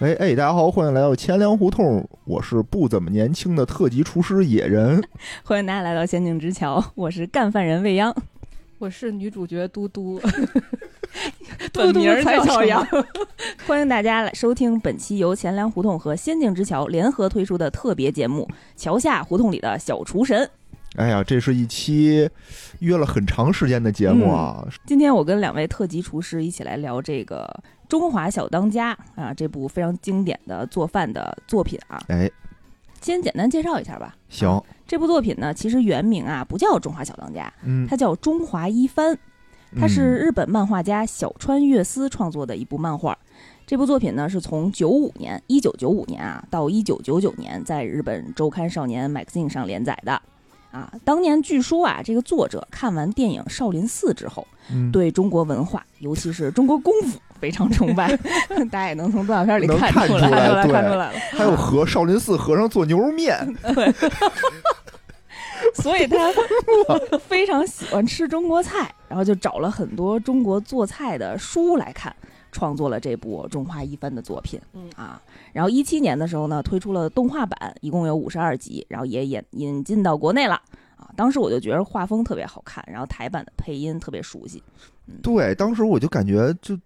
喂，哎，大家好，欢迎来到钱粮胡同，我是不怎么年轻的特级厨师野人。欢迎大家来到仙境之桥， 我是干饭人未央，我是女主角嘟 嘟，本名儿才叫叫什杨， 欢迎大家来收听本期由钱粮胡同和仙境之桥联合推出的特别节目《桥下胡同里的小厨神》。哎呀，这是一期约了很长时间的节目啊，今天我跟两位特级厨师一起来聊这个《中华小当家》啊，这部非常经典的做饭的作品啊。哎，先简单介绍一下吧。行，这部作品呢，其实原名啊不叫《中华小当家》，嗯，它叫《中华一番》。它是嗯日本漫画家小川悦司创作的一部漫画。这部作品呢，是从九五年，一九九五年啊，到一九九九年，在日本周刊少年 Magazine 上连载的。啊，当年据说啊，这个作者看完电影《少林寺》之后，嗯对中国文化，尤其是中国功夫非常 崇拜。大家也能从动画片里能看看出出来，来对看出来了，还有和少林寺和尚做牛肉面，所以 他非常喜欢吃中国菜，然后就找了很多中国做菜的书来看，创作了这部《中华一番》的作品。嗯啊，然后一七年的时候呢，推出了动画版，一共有五十二集，然后也引引进到国内了。啊，当时我就觉得画风特别好看，然后台版的配音特别熟悉。对，当时我就感觉就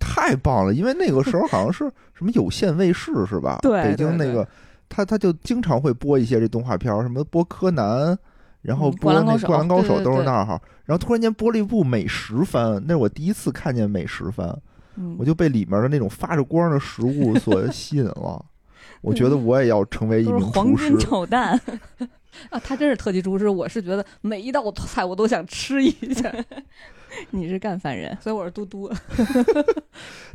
太棒了，因为那个时候好 像是什么有线卫视是吧？对北京对那对个他他就经常会播一些这动画片儿，什么播柯南，然后嗯播灌篮那高《手灌篮高对手》对都是对那儿哈。然后突然间播了一部美食番，那是我第一次看见美食番，嗯我，就被里面的那种发着光的食物 所吸引了。我觉得我也要成为一都是名黄厨师金，炒 蛋， 啊，他真是特级厨师，我是觉得每一道菜我都想吃一下， 你是干饭人。所以我是嘟嘟。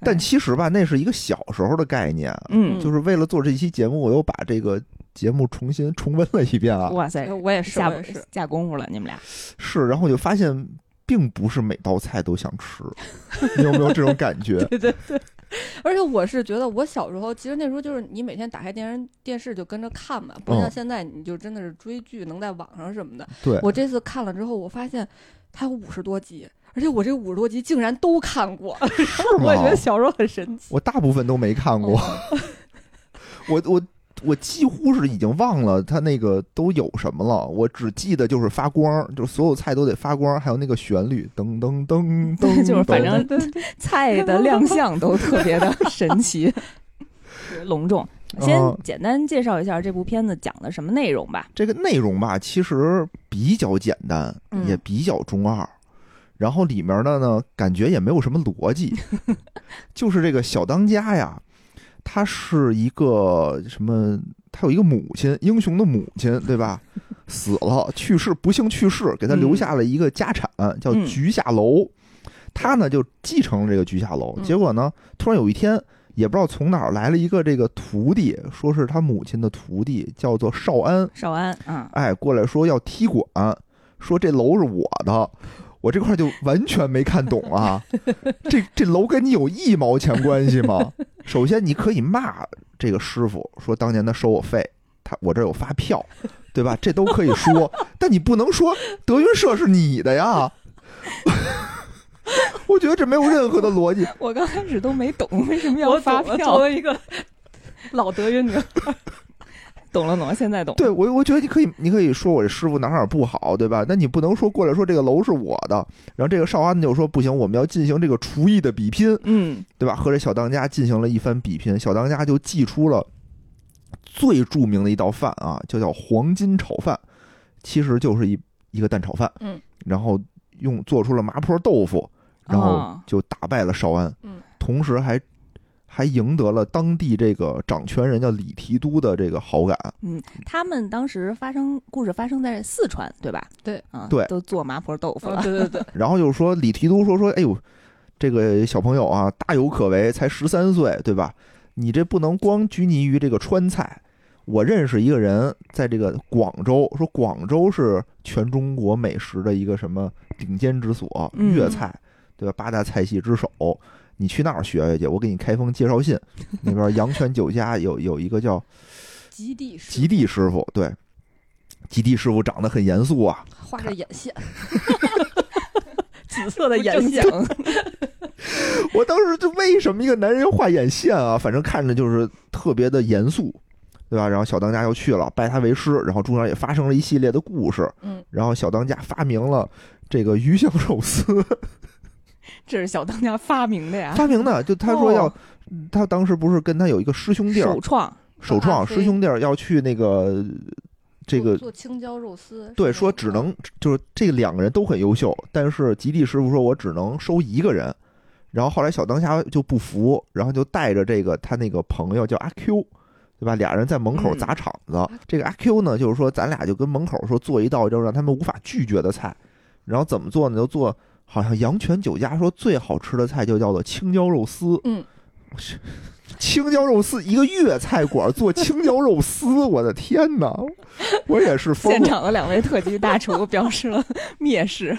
但其实吧，那是一个小时候的概念，哎嗯，就是为了做这期节目，我又把这个节目重新重温了一遍啊。哇塞，哎我也是，下我也是，下功夫了，你们俩。是，然后我就发现，并不是每道菜都想吃，你有没有这种感觉？对对对。而且我是觉得，我小时候其实那时候就是你每天打开电视电视就跟着看嘛，不像嗯现在你就真的是追剧能在网上什么的。对，我这次看了之后，我发现它有五十多集，而且我这五十多集竟然都看 过，是吗我也？觉得小时候很神奇。我大部分都没看过，嗯我我我几乎是已经忘了它那个都有什么了，我只记得就是发光，就所有菜都得发光，还有那个旋律，噔噔噔噔， 就是反噔正对对对菜的亮相都特别的神奇、 隆重。 先啊简单介绍一下这部片子讲的什么内容吧。这个内容吧，其实比较简单，嗯也比较中二，然后里面的呢，感觉也没有什么逻 辑，就是这个小当家呀，他是一个什么？他有一个母亲，英雄的母亲，对吧？死了，去世，不幸去世，给他留下了一个家产，叫嗯菊下楼。他呢就继承了这个菊下楼，嗯结果呢，突然有一天，也不知道从哪儿来了一个这个徒弟，说是他母亲的徒弟，叫做少安。少安啊，哎，过来说要踢馆，说这楼是我的，我这块就完全没看懂啊，这这楼跟你有一毛钱关系吗？首先，你可以骂这个师傅，说当年他收我费，他我这儿有发票，对吧？这都可以说，但你不能说德云社是你的呀。 我觉得这没有任何的逻辑， 我刚开始都没懂为什么我要发懂了票作，为一个老德云 女孩，懂了懂了，现在懂了。对我，我觉得你可以，你可以说我这师傅哪哪儿不好，对吧？那你不能说过来说这个楼是我的，然后这个少安就说不行，我们要进行这个厨艺的比拼，嗯，对吧？和这小当家进行了一番比拼，小当家就祭出了最著名的一道饭啊，就叫黄金炒饭，其实就是一一个蛋炒饭，嗯，然后用做出了麻婆豆腐，然后哦就打败了少安，嗯，同时还还赢得了当地这个掌权人叫李提督的这个好感，他们当时发生故事发生在四川，对哦吧？对，啊，对都做麻婆豆腐了。哦对对 对，然后就是说李提督说说，哎呦，这个小朋友啊，大有可为，才十三岁，对吧？你这不能光拘泥于这个川菜。我认识一个人，在这个广州，说广州是全中国美食的一个什么顶尖之所，嗯粤菜，对吧？八大菜系之首，你去那儿学学去，我给你开封介绍信。那边阳泉酒家有有一个叫极地是极地师傅，对，极地师傅长得很严肃啊，画着眼线，紫色的眼眼线线， 我当时就为什么一个男人要画眼线啊？反正看着就是特别的严肃，对吧？然后小当家又去了，拜他为师，然后中间也发生了一系列的故事。嗯，然后小当家发明了这个鱼香寿司， 这是小当家发明啊的呀，发明的就他说要哦，他当时不是跟他有一个师兄弟儿首创。首创阿飞师兄弟儿要去那个这做个做青椒肉丝，对，是说吗只能就是这两个人都很优秀，但是吉地师傅说我只能收一个人。然后后来小当家就不服，然后就带着这个他那个朋友叫阿 Q，对吧？俩人在门口嗯砸场子。这个阿 Q 呢，就是说咱俩就跟门口说做一道就让他们无法拒绝的菜，然后怎么做呢？就做好像阳泉酒家说最好吃的菜就叫做青椒肉丝。嗯， 青椒肉丝，一个粤菜馆做青椒肉丝，我的天哪！我也是疯现了，场的两位特级大厨表示了蔑视。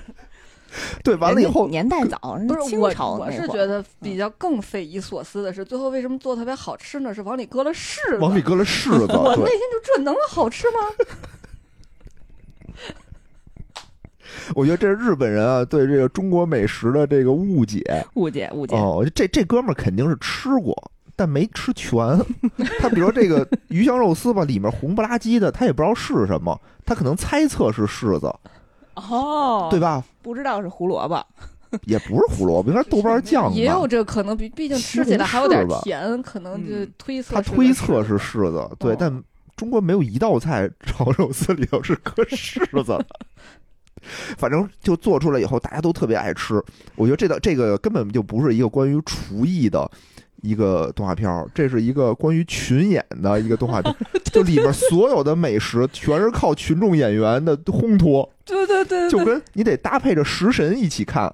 对，完了以后人家年代早，人不家是清我朝，我那是会儿觉得比较更匪夷所思的是，最后为什么做特别好吃呢？是往里搁了柿子。往里搁了柿子，我内对，心就这能好吃吗？我觉得这是日本人啊对这个中国美食的这个误解误解误解。哦。这这哥们儿肯定是吃过，但没吃全。 他比如说这个鱼香肉丝吧，里面红不拉几的，他也不知道是什么，他可能猜测是柿子，哦，对，吧？不知道是胡萝卜。也不是胡萝卜，应该是豆瓣酱也有吧。这个可能，毕毕竟西红吃起来还有点柿吧甜，可能就嗯推测。他推测是，柿子，对，哦但中国没有一道菜炒肉丝里头是搁柿子的。 反正就做出来以后，大家都特别爱吃。我觉得这道这个根本就不是一个关于厨艺的一个动画片儿，这是一个关于群演的一个动画片儿， 就里面所有的美食全是靠群众演员的烘 托，对对对就对，跟你得搭配着食神一起看，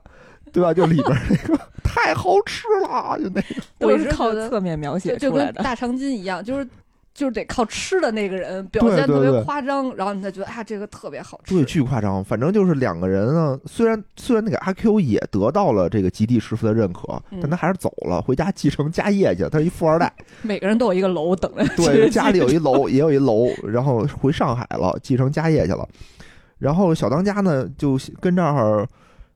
对吧？就里面那个 太好吃了，就那个我都是是觉靠得侧面描就写就出来跟的。大长今一样，就是就是得靠吃的那个人表对现对特别对夸张，然后你才觉得啊，这个特别好吃。对，巨夸张。反正就是两个人呢，虽然虽然那个阿 Q 也得到了这个极地师傅的认可，嗯但他还是走了，回家继承家业去了。他是一富二代，每个人都有一个楼等着。 对，家里有一楼，也有一楼，然后回上海了，继承家业去了。然后小当家呢，就跟这儿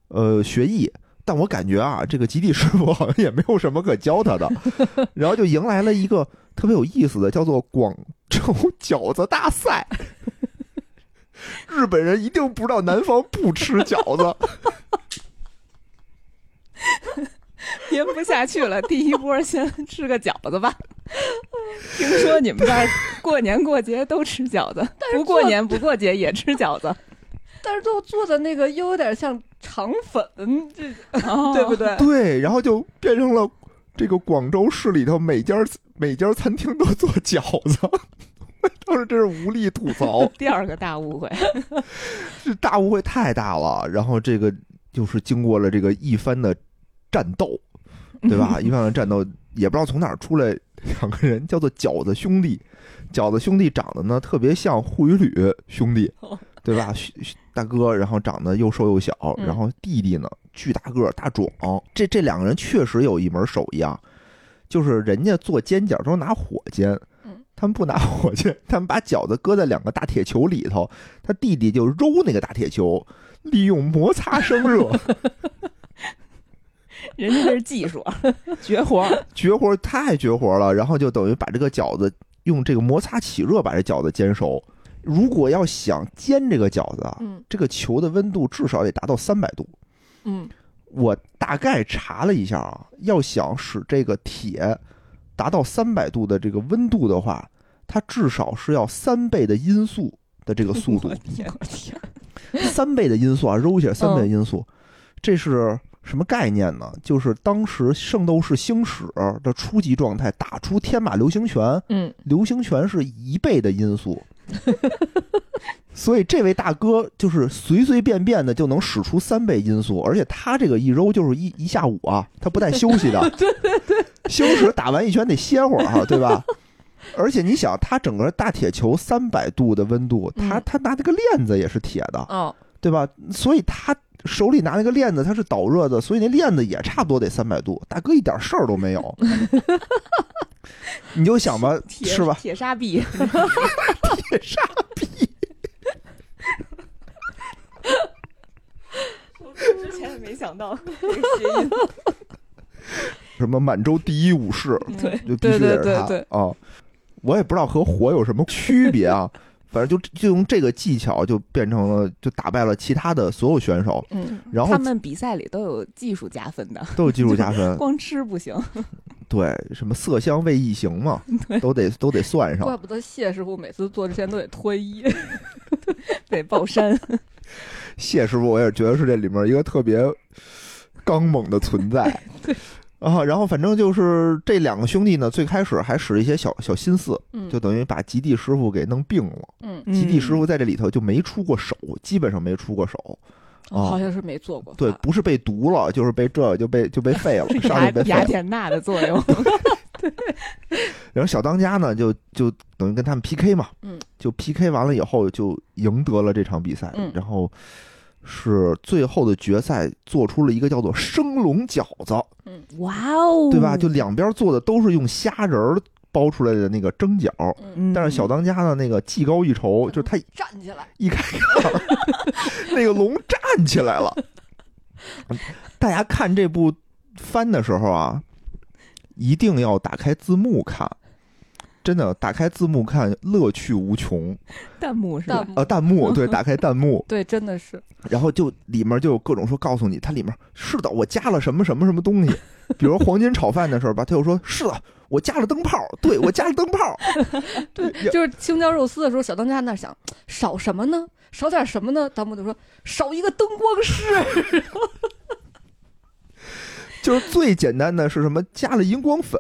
呃学艺。但我感觉啊，这个极地师傅好像也没有什么可教他的，然后就迎来了一个特别有意思的，叫做广州饺子大赛。 日本人一定不知道南方不吃饺子，编不下去了，第一波先吃个饺子吧。 听说你们这儿过年过节都吃饺子，不过年不过节也吃饺子， 但是最后做的那个又有点像肠粉，这对对，不？对？对，然后就变成了这个广州市里头每家每家餐厅都做饺子， 我当时真是无力吐槽第二个大误会，这大误会太大了。然后这个就是经过了这个一番的战斗，对 吧？一番的战斗，也不知道从哪儿出来两个人，叫做饺子兄弟。饺子兄弟长得呢特别像护鱼吕兄弟，哦对吧？嘘嘘大哥，然后长得又瘦又小，嗯然后弟弟呢巨大个儿大壮，这这两个人确实有一门手艺啊，就是人家做煎饺都拿火煎嗯。他们不拿火煎，他们把饺子搁在两个大铁球里头，他弟弟就揉那个大铁球，利用摩擦生热，人家这是技术，绝活 儿。绝活儿太绝活儿了，然后就等于把这个饺子用这个摩擦起热把这饺子煎熟。如果要想煎这个饺子啊，嗯这个球的温度至少得达到三百度。嗯，我大概查了一下啊，要想使这个铁达到三百度的这个温度的话，它至少是要三倍的音速的这个速度 我，天， 三倍的音速啊，揉起来三倍的音速，这是什么概念呢？就是当时《圣斗士星矢》的初级状态打出天马流星拳，嗯，流星拳是一倍的音 速。所以这位大哥就是随随便便的就能使出三倍音速，而且他这个一揉就是一一下午啊，他不带休息的。 对对对，休息打完一拳得歇会儿哈、对吧？而且你想，他整个大铁球三百度的温度，他嗯他拿那个链子也是铁的，哦，对吧？所以他手里拿那个链子，它是导热的，所以那链子也差不多得三百度。大哥一点事儿都没有， 你就想吧，铁是吧？铁砂臂，铁砂臂， 之前也没想到这个谐音。 什么满洲第一武士，嗯对就必对须对得是对他对，啊。我也不知道和火有什么区别啊，反正就就用这个技巧就变成了，就打败了其他的所有选手，嗯，然后他们比赛里都有技术加分 的，都有技术加 分。光吃不行。对，什么色香味异形嘛，都得都得算上怪。不得谢师傅每次做之前都得脱衣，对，爆山谢师傅，我也觉得是这里面一个特别刚猛的存在。 啊，然后反正就是这两个兄弟呢，最开始还使一些小小心思，嗯，就等于把极地师傅给弄病了。嗯，极地师傅在这里头就没出过手，基本上没出过手。啊哦好像是没做过饭，对，不是被毒了，就是被这就被就被 废了，上雅去被 废雅了。典娜的作 用，然后小当家呢，就就等于跟他们 PK 嘛，嗯，就 PK 完了以后就赢得了这场比赛，嗯然后是最后的决赛做出了一个叫做生龙饺子，哇哦，对吧？就两边做的都是用虾仁儿包出来的那个蒸饺，嗯，嗯，但是小当家的那个技高一筹，就是他站起来，一开杠， 那个龙站起来了。大家看这部番的时候啊，一定要打开字幕看，真的打开字幕看乐趣无穷。弹幕是吧弹？幕呃，弹幕对，打开弹幕，对，真的是，然后就里面就有各种说告诉你，它里面是的，我加了什么什么什么 东西，比如黄金炒饭的时候吧，他就说是的，我加了灯泡，对我加了 灯泡，对，也就是青椒肉丝的时候，小当家那想少什么呢？少点什么呢？弹幕就说少一个灯光师，就是最简单的是什么加了荧光粉，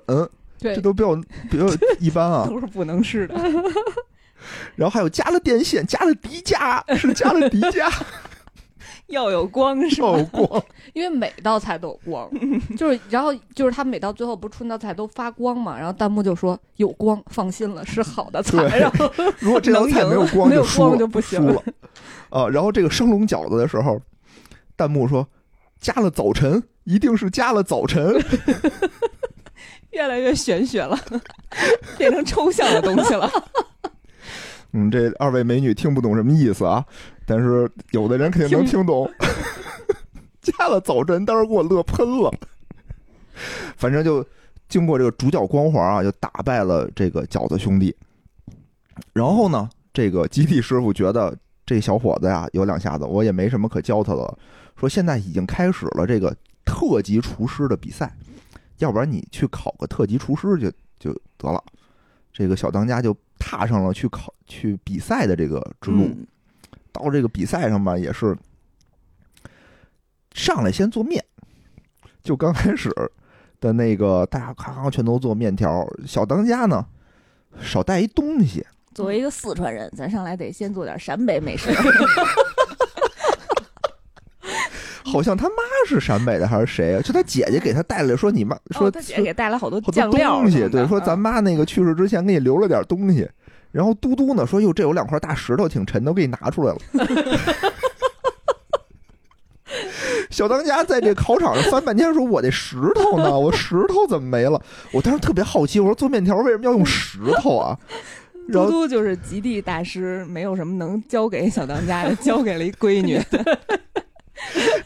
对这，都比较比较一般 啊。都是不能吃 的，然后还有加了电线，加了迪迦，是加了迪 迦要有光是吧？照光，因为每道菜都有光，就是然后就是他每道最后不是春道菜都发光嘛，然后弹幕就说有光，放心了，是好的菜。对然后如果这道菜没有光没有就输光了，就不输行了。啊，然后这个生龙饺子的时候，弹幕说加了早晨，一定是加了早晨，越来越玄学了， 变成抽象的东西 了。嗯，这二位美女听不懂什么意思啊，但是有的人肯定能听懂。 加了早晨，当时给我乐喷了。反正就经过这个主角光环啊，就打败了这个饺子兄弟。然后呢，这个基地师傅觉得这小伙子呀有两下子，我也没什么可教他的了。说现在已经开始了这个特级厨师的比赛，要不然你去考个特级厨师就就得了。这个小当家就踏上了去考去比赛的这个之路。嗯到这个比赛上吧，也是上来先做面，就刚开始的那个大家咔咔全都做面条。小当家呢，少带一东西，作为一个四川人，咱上来得先做点陕北 美食。好像他妈是陕北的还是谁啊？就他姐姐给他带来说你妈说哦他姐给带来好多好酱多料东什西，么的对，说嗯咱妈那个去世之前给你留了点东西。然后嘟嘟呢说：“哟，这有两块大石头，挺沉的，我给你拿出来了。”小当家在这考场上翻半天，说：“我这石头呢？我石头怎么没了？”我当时特别好奇，我说：“做面条为什么要用石头啊？”然嘟后嘟就是极地大师，没有什么能教给小 当家的，教给了一闺女。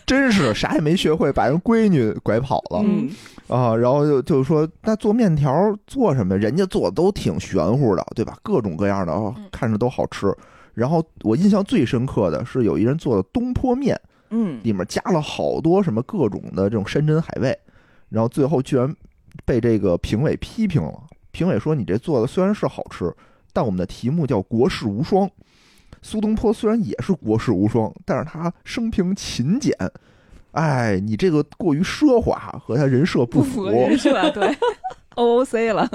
真是啥也没学会，把人闺女拐跑了。嗯，啊，然后就就说那做面条儿做什么呀？人家做的都挺玄乎的，对吧？各种各样的，哦嗯看着都好吃。然后我印象最深刻的是有一人做的东坡面，嗯，里面加了好多什么各种的这种山珍海味，然后最后居然被这个评委批评了。评委说你这做的虽然是好吃，但我们的题目叫国士无双。苏东坡虽然也是国士无双，但是他生平勤俭，哎，你这个过于奢华和他人设不符。人设，对 ，O O C 了。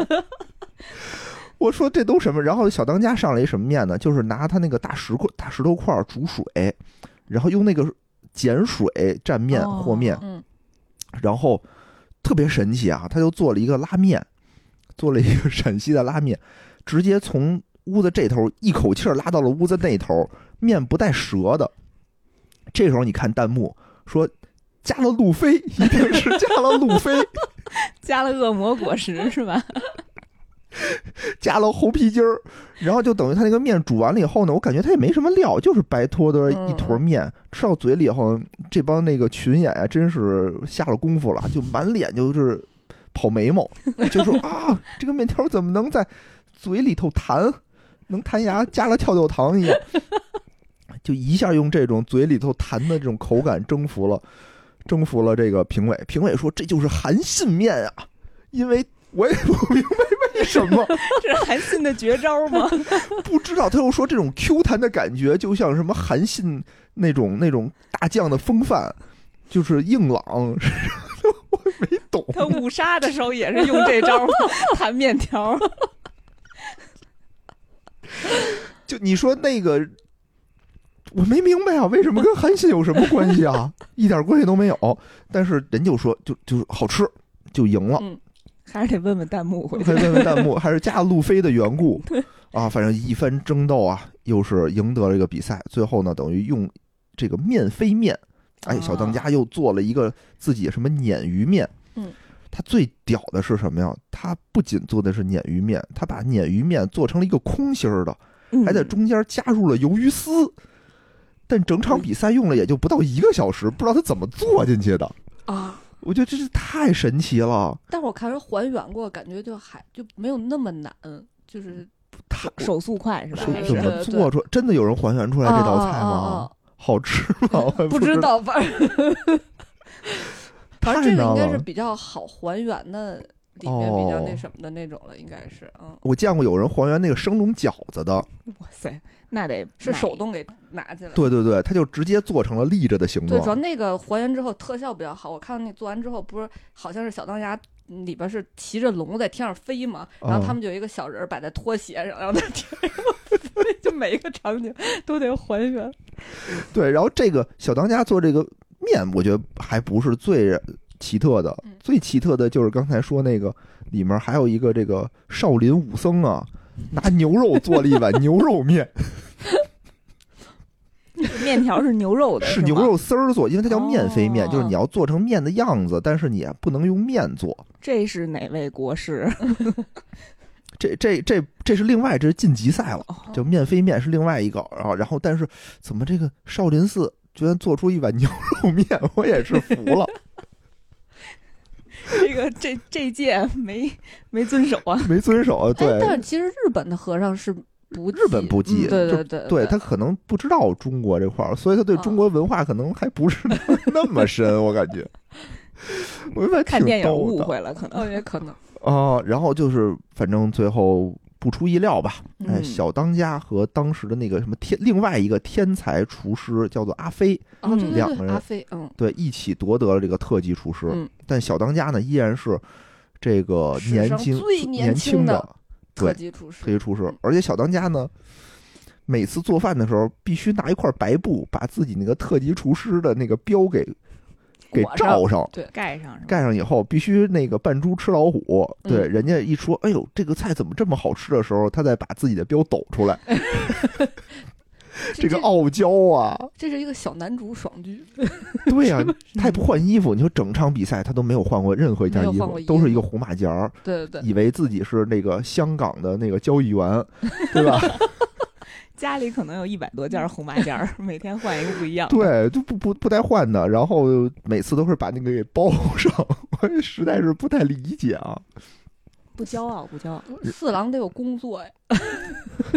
我说这都什么？然后小当家上来一什么面呢？就是拿他那个大石块、大石头块儿煮水，然后用那个碱水蘸面哦和面，嗯，然后特别神奇啊，他就做了一个拉面，做了一个陕西的拉面，直接从屋子这头一口气儿拉到了屋子那头，面不带折的。这时候你看弹幕说加了路飞，一定是加了路飞，加了恶魔果实是吧？ 加了猴皮筋儿，然后就等于他那个面煮完了以后呢，我感觉他也没什么料，就是白脱的一坨面，吃到嘴里以后，这帮那个群演啊，真是下了功夫了，就满脸就是跑眉毛，就说啊，这个面条怎么能在嘴里头弹，能弹牙，加了跳跳糖一样， 就一下用这种嘴里头弹的这种口感征服了，征服了这个评委。评委说这就是韩信面啊，因为我也不明白为什么，这是韩信的绝招 吗？不知道他又说这种 Q 弹的感觉，就像什么韩信那种那种大将的风范，就是硬朗， 我没懂。他五杀的时候也是用这招 吗？弹面条，就你说那个，我没明白啊，为什么跟韩信有什么关系啊？ 一点关系都没有。但是人就说，就就是好吃，就赢了。还是得问问弹幕回可去以。问问弹幕，还是加路飞的缘故啊？反正一番争斗啊，又是赢得了这个比赛。最后呢，等于用这个面飞面，哎，小当家又做了一个自己什么鲶鱼面。嗯，他最屌的是什么呀？他不仅做的是鲶鱼面，他把鲶鱼面做成了一个空心儿的，嗯还在中间加入了鱿鱼丝。但整场比赛用了也就不到一个小时，不知道他怎么做进去的。啊。我觉得这是太神奇了，但是我看人还原过，感觉就还就没有那么难，嗯就是他手速快是吧？说还还是怎是么做出？真的有人还原出来这道菜啊啊啊吗啊？好吃吗？我 也哦不知知，道，反正反太正这个难应该是了比较好还原的，里面比较哦那什么的那种了，应该是嗯，我见过有人还原那个生龙饺子的，哇塞，那得是买手动给拿进来。对对对，他就直接做成了立着的形对，主要状。那个还原之后特效比较好。我看那做完之后，不是好像是小当家嗯里边是骑着龙在天上飞嘛，然后啊他们就有一个小人儿摆在拖鞋上，然后在天上飞， 就每一个场景都得还 原。对，然后这个小当家做这个面，我觉得还不是最奇特的嗯，最奇特的就是刚才说那个里面还有一个这个少林武僧啊， 拿牛肉做了一碗牛肉面，面条是牛肉的，是吗牛，肉丝儿做，因为它叫面飞面，哦就是你要做成面的样子，但是你不能用面做。这是哪位国师？这这这这是另外，这是晋级赛哦了，就面飞面是另外一个，然后然后但是怎么这个少林寺居然做出一碗牛肉面，我也是服 了。这个这这届没没遵守啊，没遵守，哎，对但是其实日本的和尚是不日本不嗯忌对就对对呃对，他可能不知道中国这块儿，所以他对嗯中国文化可能还不是 那那么深，我感 觉。我觉得还看挺电影逗误的会了，可能哦也可能啊、然后就是反正最后不出意料吧，哎，嗯小当家和当时的那个什么天另外一个天才厨师叫做阿飞， 哦对两个对对，人阿飞嗯对，一起夺得了这个特级厨师。嗯但小当家呢，依然是这个史年上轻最年年轻轻的的嗯对特级厨特级师厨师，而且小当家呢，每次做饭的时候必须拿一块白布把自己那个特级厨师的那个标给给裹上罩上。盖上是吧？盖上以后，必须那个扮猪吃老虎。嗯对，人家一说“哎呦，这个菜怎么这么好吃”的时候，他再把自己的标抖出哎来， 这个傲娇 啊，这是一个小男主爽剧，对呀、他嗯也不换衣服。你说整场比赛他都没有换过任何一件没有衣换服，过衣都是一个服红马甲儿，对对对，以为自己是那个香港的那个交易 员，对吧？家里可能有一百多件红马甲儿，每天换一个不一样。，对，就不不不带换的，然后每次都是把那个给包上，我也实在是不太理解 啊。不骄傲，不骄傲。四郎得有工作呀。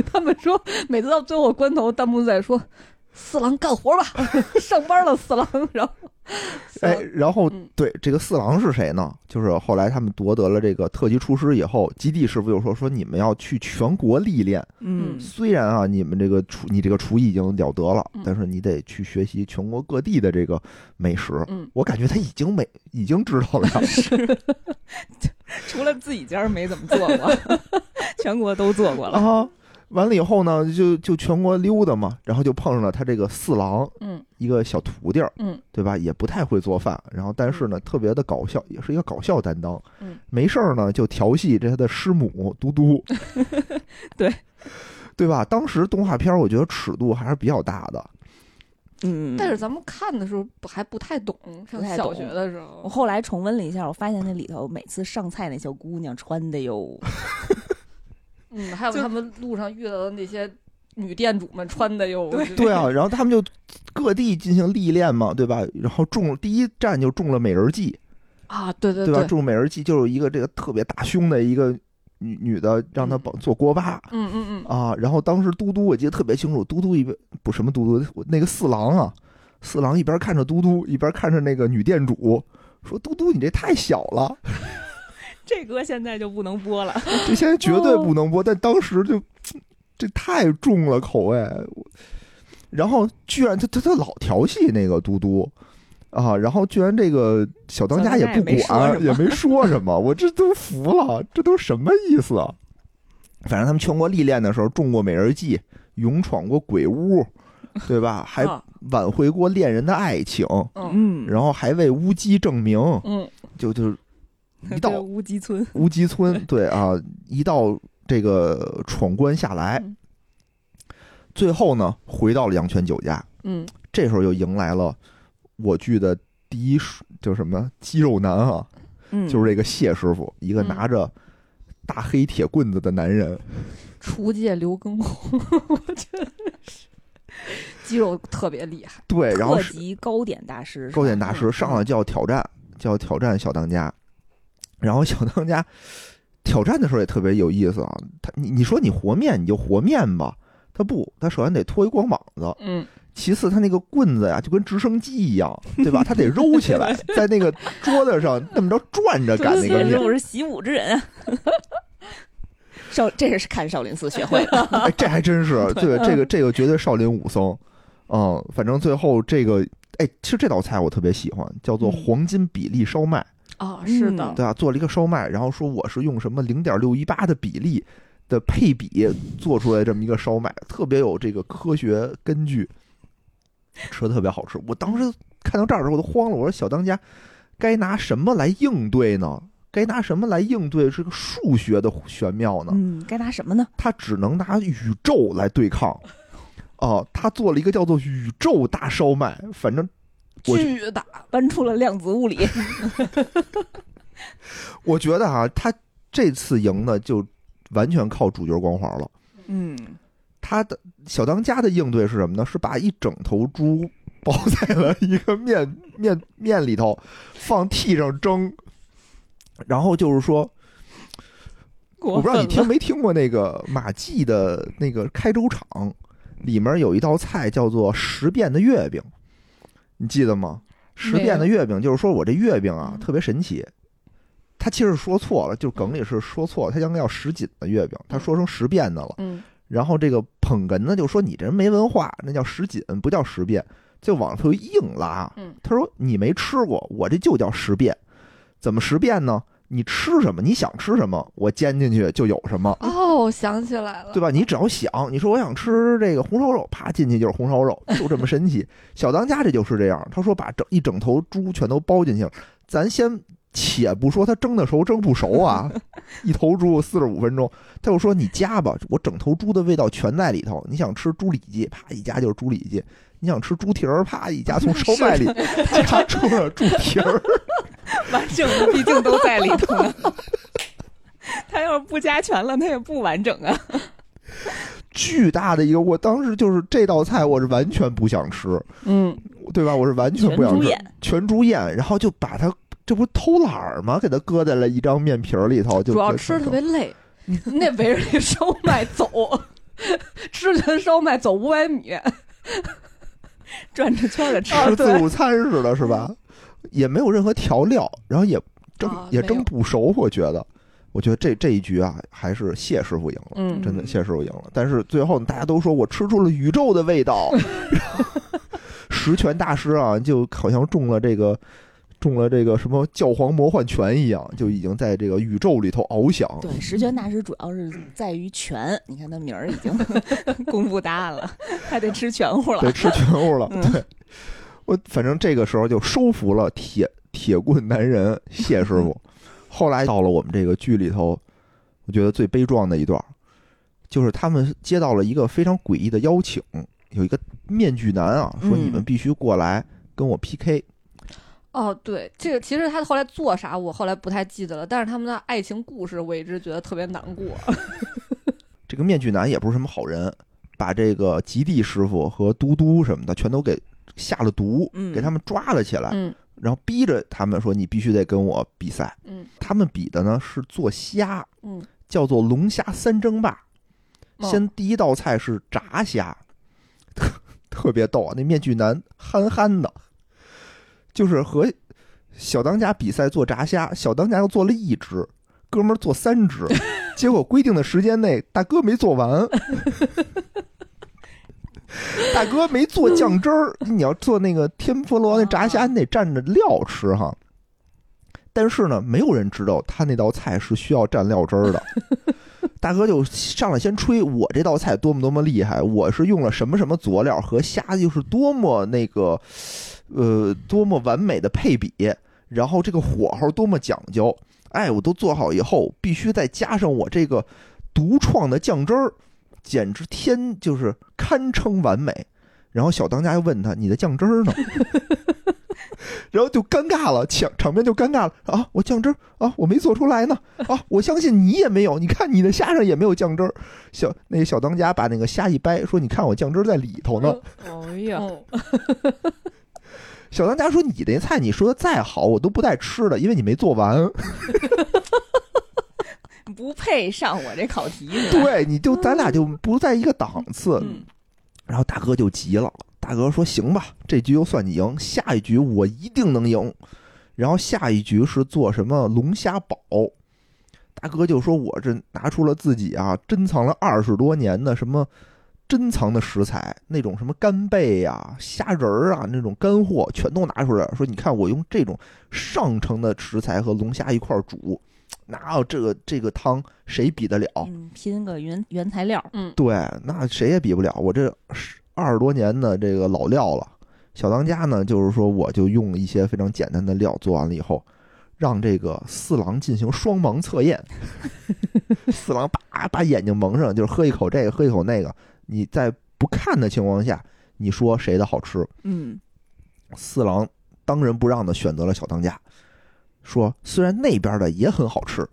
他们说每次到最后关头，弹幕在说“四郎干活吧， 上班了，四郎”，然后四郎哎，然后嗯对这个四郎是谁呢？就是后来他们夺得了这个特级厨师以后，基地师傅就说说你们要去全国历练，嗯嗯虽然啊，你们这个厨你这个厨艺已经了得了嗯，但是你得去学习全国各地的这个美食。嗯，我感觉他已经没已经知道了呀除了自己家儿没怎么做过， 全国都做过了。啊。完了以后呢，就就全国溜达嘛，然后就碰上了他这个四郎，嗯一个小徒弟儿，嗯，对吧？也不太会做饭，然后但是呢，特别的搞笑，也是一个搞笑担当。嗯，没事儿呢就调戏这他的师母嘟嘟，对，对吧？当时动画片儿我觉得尺度还是比较大的，嗯，但是咱们看的时候不还不太懂，不上太小懂学的时我候，后来重温了一下，我发现那里头每次上菜那小姑娘穿的哟，嗯，还有就他们路上遇到的那些女店主们穿的哟，我觉得对啊，然后他们就各地进行历练嘛，对吧？然后中了第一站就中了美人计，啊，对对对吧？住美人计就是一个这个特别大胸的一个女女的，让她帮做锅巴。嗯嗯嗯，啊，然后当时嘟嘟我记得特别清楚，嘟嘟一边不什么嘟嘟，我那个四郎啊，四郎一边看着嘟嘟，一边看着那个女店主，说：“嘟嘟，你这太小了， 这歌现在就不能播了。这现在绝对不能播。但当时就这太重了口味，我然后居然他他他老调戏那个嘟嘟。啊，然后居然这个小当家也不管，小当家也也没说什么没说什么，我这都服了，这都什么意思啊？反正他们全国历练的时候中过美人计，勇闯过鬼屋，对吧？还啊挽回过恋人的爱情，嗯，嗯然后还为乌鸡证明，嗯就就一这个到乌鸡村，乌鸡村，对啊，一到这个闯关下来嗯，最后呢回到了阳泉酒家，嗯这时候又迎来了我剧的第一是就是什么呢肌肉男啊，嗯，就是这个谢师傅，一个嗯拿着大黑铁棍子的男人，厨界刘畊宏， 我觉得是肌肉特别厉害。对，然后特是级糕点大师是吧，糕点大师嗯上来就要挑战，就要挑战小当家。然后小当家挑战的时候也特别有意思啊，他你你说你和面你就和面吧，他不，他首先得脱一光膀子，嗯，其次他那个棍子呀就跟直升机一样，对吧？他得揉起来，在那个桌子上那么着转着擀那个谢师面，傅是习武之人啊。 少，这也是看少林寺学会的。哎，这还真是对这个这个绝对少林武僧，嗯，反正最后这个哎，其实这道菜我特别喜欢，叫做嗯黄金比例烧麦。啊，是的嗯，对啊，做了一个烧麦，然后说我是用什么零点六一八的比例的配比做出来这么一个烧麦，特别有这个科学根据，吃的特别好吃。我当时看到这儿的时候我都慌了，我说小当家该拿什么来应对呢？该拿什么来应对这个数学的玄妙呢？ 嗯，该拿什么呢？他只能拿宇宙来对抗。哦、他做了一个叫做宇宙大烧麦，反正我觉巨大，搬出了量子物理。我觉得啊，他这次赢的就完全靠主角光环了。 嗯， 他的小当家的应对是什么呢？是把一整头猪包在了一个面面面里头，放屉上蒸，然后就是说，我我不知道你听没听过那个马季的那个开州场，里面有一道菜叫做十变的月饼，你记得吗？十变的月饼就是说我这月饼啊嗯特别神奇，他其实说错了，就梗里是说错了，他应该要十斤的月饼，他说成十变的了。嗯，然后这个捧哏呢就说你这人没文化，那叫十锦，不叫十变，就往头硬拉嗯。他说你没吃过，我这就叫十变，怎么十变呢？你吃什么，你想吃什么，我煎进去就有什么，哦，我想起来了，对吧？你只要想，你说我想吃这个红烧肉，啪进去就是红烧肉，就这么神奇。小当家这就是这样，他说把整一整头猪全都包进去了，咱先。且不说他蒸的熟蒸不熟啊，一头猪四十五分钟，他又说你夹吧，我整头猪的味道全在里头。你想吃猪里脊，啪一夹就是猪里脊；你想吃猪蹄儿，啪一夹从烧麦里夹出了猪蹄儿。 完整的毕竟都在里头 呢。他要是不加权了，他也不完整 啊。巨大的一个，我当时就是这道菜，我是完全不想吃，嗯，对吧？我是完全不想主吃。演，全猪宴，然后就把它这不偷懒儿吗？给它搁在了一张面皮儿里头，就主要给吃它特别累，那围着那烧麦走， 吃着烧麦走五百米，转着圈的吃。吃自啊 对嗯助餐似的，是吧？也没有任何调料，然后也蒸、啊也没蒸有不熟，我觉得，我觉得这这一局啊，还是谢师傅赢了。嗯真的，嗯谢师傅赢了，但是最后大家都说我吃出了宇宙的味 道。十全大师啊，就好像中了这个，中了这个什么教皇魔幻拳一样，就已经在这个宇宙里头翱翔。对，十全大师主要是在于全，你看他名儿已 经公布答案了，还得吃全乎了对，。吃全乎了。嗯对，我反正这个时候就收服了铁铁棍男人谢师傅。后来到了我们这个剧里头，我觉得最悲壮的一段儿，就是他们接到了一个非常诡异的邀请，有一个面具男啊，说嗯你们必须过来跟我 PK。哦，对，这个其实他后来做啥，我后来不太记得了，但是他们的爱情故事，我一直觉得特别难过。这个面具男也不是什么好人，把这个吉地师傅和嘟嘟什么的全都给下了毒，嗯给他们抓了起来。嗯然后逼着他们说你必须得跟我比赛。嗯他们比的呢是做虾，嗯，叫做龙虾三争霸。哦先第一道菜是炸虾，特特别逗啊！那面具男憨憨的，就是和小当家比赛做炸虾，小当家又做了一只，哥们儿做三只，结果规定的时间内大哥没做完。大哥没做酱汁儿，你要做那个天妇罗那炸虾，啊你得蘸着料吃哈。但是呢，没有人知道他那道菜是需要蘸料汁儿的。大哥就上来先吹我这道菜多么多么厉害，我是用了什么什么佐料和虾又是多么那个，呃，多么完美的配比，然后这个火候多么讲究，哎，我都做好以后，必须再加上我这个独创的酱汁儿，简直天就是堪称完美。然后小当家又问他：“你的酱汁儿呢？” 然后就尴尬了，场场面就尴尬了啊！我酱汁儿啊，我没做出来呢啊！我相信你也没有，你看你的虾上也没有酱汁儿。小那个小当家把那个虾一掰，说：“你看我酱汁儿在里头嗯呢。哎呀，哦，”小当家说：“你那菜你说的再好，我都不带吃的，因为你没做完。不配上我这考题。对，你就咱俩就不在一个档次。嗯然后大哥就急了，大哥说：“行吧，这局就算你赢，下一局我一定能赢。”然后下一局是做什么龙虾堡，大哥就说：“我这拿出了自己啊珍藏了二十多年的什么珍藏的食材，那种什么干贝呀、虾仁儿啊那种干货，全都拿出来了，说你看我用这种上乘的食材和龙虾一块儿煮，哪有这个这个汤谁比得了？”嗯，拼个原原材料，嗯，对，那谁也比不了我这十二十多年的这个老料了。小当家呢，就是说我就用一些非常简单的料做完了以后，让这个四郎进行双盲测验。 四郎叭把眼睛蒙上，就是喝一口这个，喝一口那个。你在不看的情况下，你说谁的好吃？嗯，四郎当仁不让的选择了小当家，说虽然那边的也很好吃，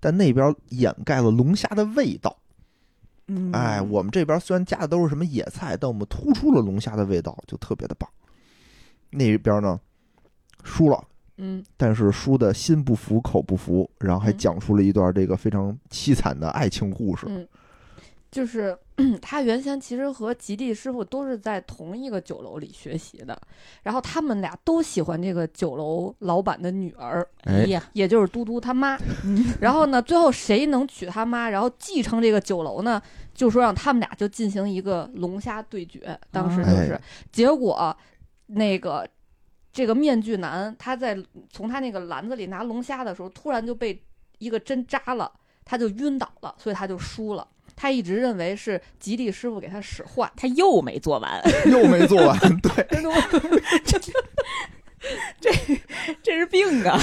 但那边掩盖了龙虾的味道。嗯，哎，我们这边虽然加的都是什么野菜，但我们突出了龙虾的味道，就特别的棒。那边呢，输了，嗯，但是输的心不服口不服，然后还嗯讲述了一段这个非常凄惨的爱情故事。嗯就是 他原先其实和吉地师傅都是在同一个酒楼里学习的，然后他们俩都喜欢这个酒楼老板的女儿，哎哎呀，嗯也就是嘟嘟他妈。嗯然后呢，最后谁能娶他妈，然后继承这个酒楼呢，就说让他们俩就进行一个龙虾对决。当时就是，哎结果那个这个面具男他在从他那个篮子里拿龙虾的时候，突然就被一个针扎了，他就晕倒了，所以他就输了。他一直认为是吉利师傅给他使坏，他又没做完， 又没做完， 对，这是病啊！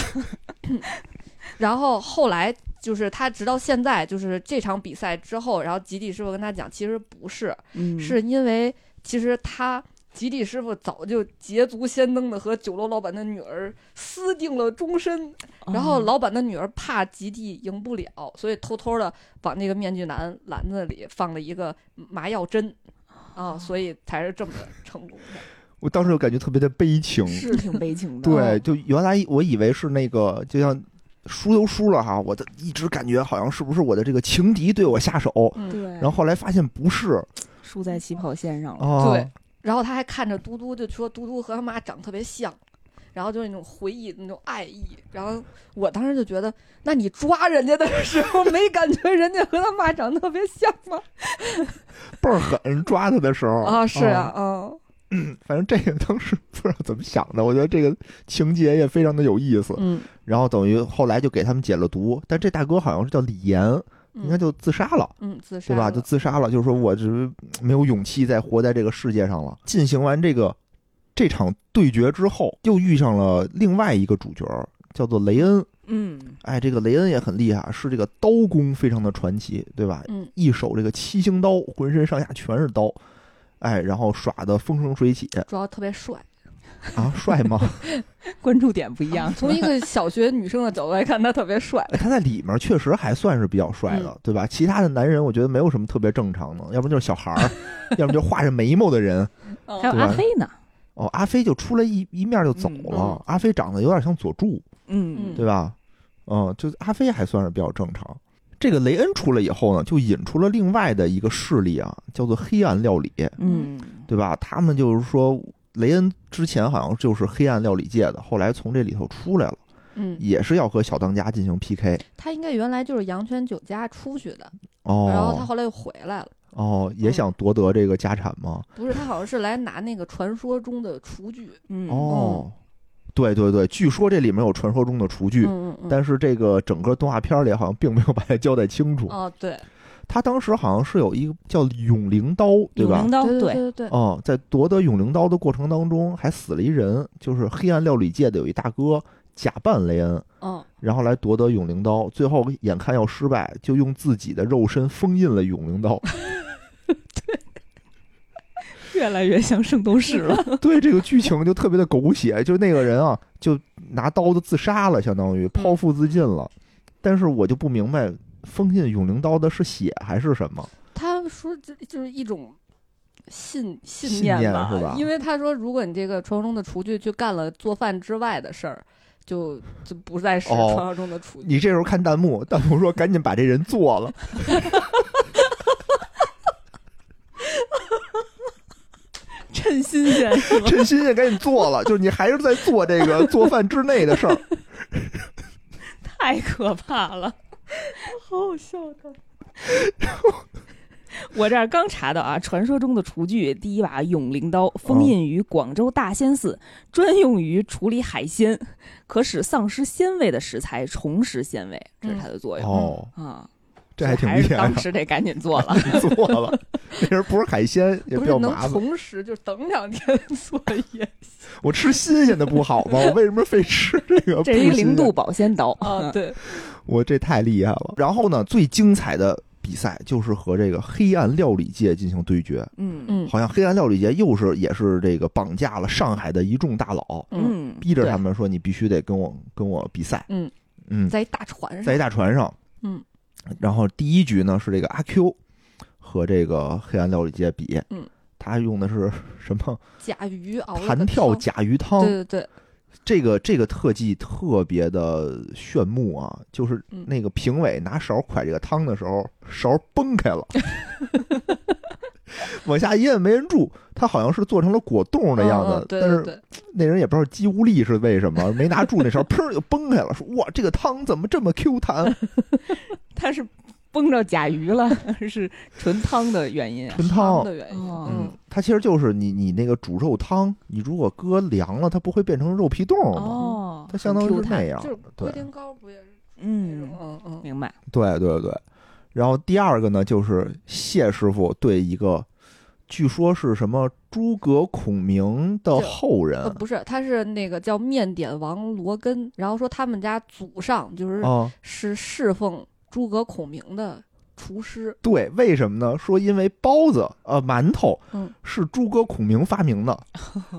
然后后来就是他直到现在，就是这场比赛之后，然后吉利师傅跟他讲，其实不是，嗯是因为其实他吉利师傅早就捷足先登的和酒楼老板的女儿私定了终身，哦嗯然后老板的女儿怕吉地赢不了，所以偷偷的往那个面具男篮子里放了一个麻药针。啊，所以才是这么成功的。我当时就感觉特别的悲情。嗯是挺悲情的，哦对，就原来我以为是那个，就像输都输了哈，我的一直感觉好像是不是我的这个情敌对我下手，哦对，嗯，然后后来发现不是输在起跑线上了，啊，对，然后他还看着嘟嘟，就说嘟嘟和他妈长特别像，然后就是那种回忆那种爱意。然后我当时就觉得，那你抓人家的时候没感觉人家和他妈长特别像吗？倍儿狠，抓他的时候啊，是啊，嗯反正这个当时不知道怎么想的，我觉得这个情节也非常的有意思。嗯，然后等于后来就给他们解了毒，但这大哥好像是叫李岩，应该就自杀了，嗯自杀对吧？了就自杀了，就是说我只是没有勇气再活在这个世界上了。进行完这个这场对决之后，又遇上了另外一个主角，叫做雷恩。嗯，哎，这个雷恩也很厉害，是这个刀工非常的传奇，对吧？嗯，一手这个七星刀，浑身上下全是刀，哎，然后耍的风生水起主要特别帅。啊，帅吗？关注点不一样，从一个 小学女生的角度来看，他特别 帅。哎，他在里面确实还算是比较帅嗯的，对吧？其他的男人我觉得没有什 么特别正常的，要不就是小孩儿，要么就画着眉毛的人。还有对吧阿飞呢，哦，阿飞就出来一一面就走了。嗯阿飞长得有点像佐助，嗯嗯对吧？嗯，就阿飞还算是比较正常。这个雷恩出来以后呢，就引出了另外的一个势力啊，叫做黑暗料理，嗯对吧？他们就是说，雷恩之前好像就是黑暗料理界的，后来从这里头出来了，嗯，也是要和小当家进行 PK。他应该原来就是阳泉酒家出去的，然后他哦后来又回来了。哦，嗯也想夺得这个家产吗？不是，他好像是来拿那个传说中的厨具。嗯哦，对对对，据说这里面有传说中的厨具，嗯嗯嗯。但是这个整个动画片里好像并没有把它交代清嗯楚。哦，对，他当时好像是有一个叫永灵刀，对永吧灵？刀对对对，哦、在夺得永灵刀的过程当中，还死了一人，就是黑暗料理界的有一大哥假扮雷恩，嗯，然后来夺得永灵刀，最后眼看要失败，就用自己的肉身封印了永灵刀。越来越像圣斗士 了。 对这个剧情就特别的狗血，就是那个人啊，就拿刀子自杀了，相嗯当于剖腹自尽了。但是我就不明白，封印永灵刀的是血还是什么？他说这就是一种信信信念念吧，是吧因为他说，如果你这个传说中的厨具去干了做饭之外的事儿，就就不再是哦传说中的厨具。你这时候看弹幕，弹幕说赶紧把这人做 了。趁新鲜是吧？趁新鲜赶紧做了，就是你还是在做这个做饭之内的事 儿。太可怕了， 好好笑的。 我这儿刚查到啊，传说中的厨具第一把永灵刀封嗯印于广州大仙寺，专用于处理海鲜，可使丧失鲜味的食材重拾鲜味，这是它的作用、哦，啊。这还挺还厉是害啊当的，时得赶紧做 了，做了。那人不是海鲜也比不是较能麻烦，重拾，就是等两天 做也我吃新鲜的不好吗？我为什么非吃这个？这是一个零度，保鲜刀嗯啊，。对，我这太厉害了。然后呢，最精彩的比赛就是和这个黑暗料理界进行对决。嗯嗯好像黑暗料理界又是也是这个绑架了上海的一众大佬，嗯，嗯，逼着他们说你必须得跟我跟我比赛。嗯嗯，在一大船在上，一大船上，嗯，然后第一局呢是这个阿 Q 和这个黑暗料理界比，嗯，他用的是什么甲鱼熬了弹个跳汤甲鱼汤对，对对，这个这个特技特别的炫目啊，就是嗯那个评委拿勺㧟这个汤的时候，勺崩开 了。往下一摁没摁住，他好像是做成了果冻的样子，嗯嗯对但对是对，那人也不知道肌无力是为什么，没拿住那勺，砰就崩开了，说哇这个汤怎么这么 Q 弹？他是崩着甲鱼了， 是纯汤的原因啊。纯汤的原因，哦嗯嗯，，它其实就是你你那个煮肉汤，你如果搁凉了，它不会变成肉皮冻吗？哦，它相当于很是 Q 那弹样就是。对龟苓膏不也是那嗯种，，嗯嗯，明白。对对对。然后第二个呢，就是谢师傅对一个，据说是什么诸葛孔明的后人呃，不是，他是那个叫面点王罗根，然后说他们家祖上就是、啊，是侍奉诸葛孔明的厨师，对，为什么呢？说因为包子呃馒头嗯是诸葛孔明发明的，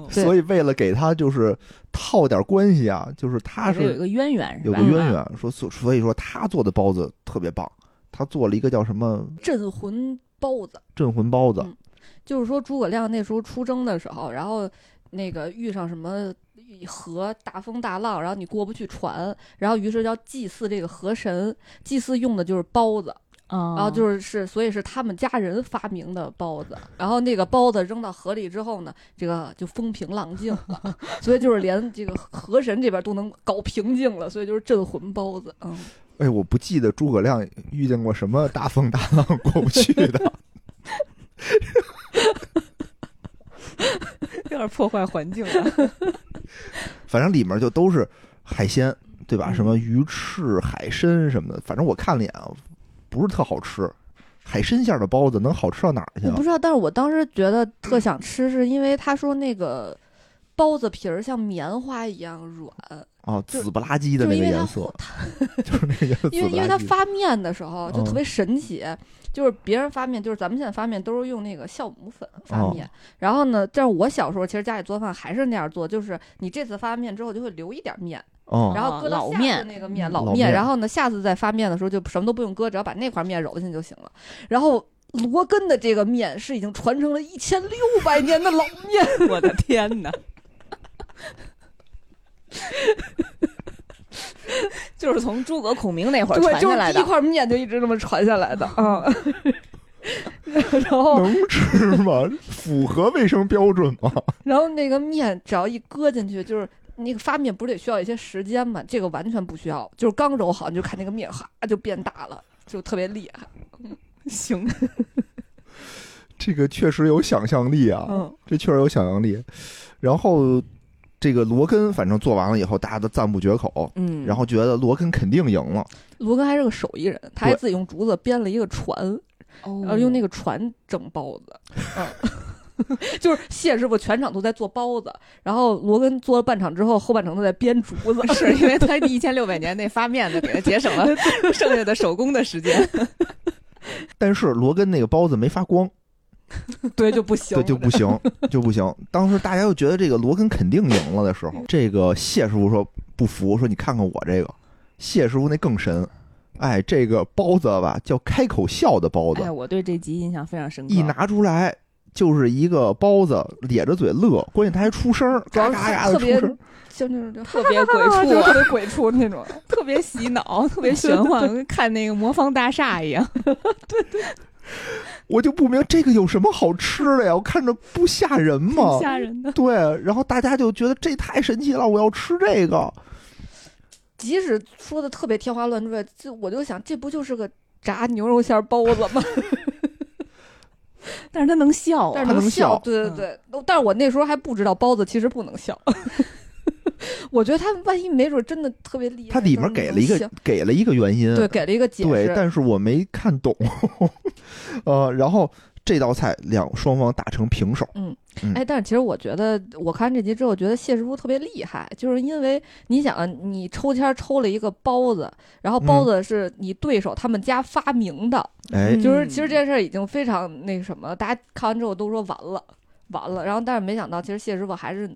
所以为了给他就是套点关系啊，就是他还是有是一个渊源，是有吧？个渊源，说所所以说他做的包子特别棒，他做了一个叫什么镇魂包子，镇魂包子，嗯就是说诸葛亮那时候出征的时候，然后那个遇上什么。河大风大浪，然后你过不去船，然后于是要祭祀这个河神，祭祀用的就是包子，然然后哦是就是是，所以是他们家人发明的包子。然后那个包子扔到河里之后呢，这个就风平浪静了， 所以就是连这个河神这边都能搞平静了，所以就是镇魂包子。嗯，哎，我不记得诸葛亮遇见过什么大风大浪过不去的。有点破坏环境啊了。反正里面就都是海鲜，对吧？嗯什么鱼翅、海参什么的，反正我看了一眼啊，不是特好吃。海参馅儿的包子能好吃到哪儿去我啊不？知道，但是我当时觉得特想吃，是因为他说那个包子皮儿像棉花一样软，啊，就紫不拉几的就是那因个为它颜 色，就是那个颜 色紫因为不因为拉它几。发面的时候就特嗯别神奇，就是别人发面，就是咱们现在发面都是用那个酵母粉发哦面，然后呢，但是我小时候其实家里做饭还是那样做，就是你这次发面之后就会留一点面，哦然后搁到老下次面那个面嗯老老面，面然后呢下次再发面的时候就什么都不用搁，只要把那块面揉进去就行了。然后罗根的这个面是已经传承了一千六百年的老 面，我的天哪！ 就是从诸葛孔明那会儿对，传就下是来第一的。块面就一直这么传下 来的啊。嗯然后，能吃吗？ 符合卫生标准吗？ 然后那个面只要一搁进去，就是那个发面不是得需要一些时间嘛？这个完全不需要，就是刚揉好你就看那个面哈就变大了，就特别厉害。 行，这个确实有想象力啊，嗯，这确实有想象力。然后这个罗根反正做完了以后，大家都赞不绝口，嗯，然后觉得罗根肯定赢了。罗根还是个手艺人，他还自己用竹子编了一个船，然哦，后用那个船蒸包子。嗯。 就是谢师傅全场都在做包子，然后罗根做了半场之后，后半场都在编竹子， 是因为他一千六百年那发面的，给他节省 了剩下的手工的时间。但是罗根那个包子没发光，对就不行对，了，就不行，就不 行。当时大家又觉得这个罗根肯定赢了的时候，这个谢师傅说不服，说你看看我这个。谢师傅那更神，哎，这个包子吧叫开口笑的包子，哎，我对这集印象非常深刻。一拿出来就是一个包子，咧着嘴乐，关键他还出声儿，主要嘎嘎是嘎的特出别声儿。像这种特别 鬼啊，畜就，特 别鬼畜那种。特别洗脑，特别玄幻，跟看那个魔方大厦一样。我就不明白这个有什么好吃的呀？我看着不吓人吗？吓人的。对，然后大家就觉得这太神奇了，我要吃这个。即使说的特别天花乱坠，这我就想，这不就是个炸牛肉馅儿包子吗？但是他能笑但啊，是能笑笑，嗯对对对。但是我那时候还不知道包子其实不 能笑，我觉得他万一没准真的特别厉害。它里面能给了一能个笑给了一个原因，对，给了一个解对，释。但是我没看懂。 呃，然后这道菜两双方打成平手，哎，但是其实我觉得，我看这集之后觉得谢师傅特别厉害，就是因为你想啊，你抽签儿抽了一个包子，然后包嗯子是你对手他们家发明的，哎，就是其实这件事儿已经非常那什么，大家看完之后都说完了，完了。然后但是没想到，其实谢师傅还是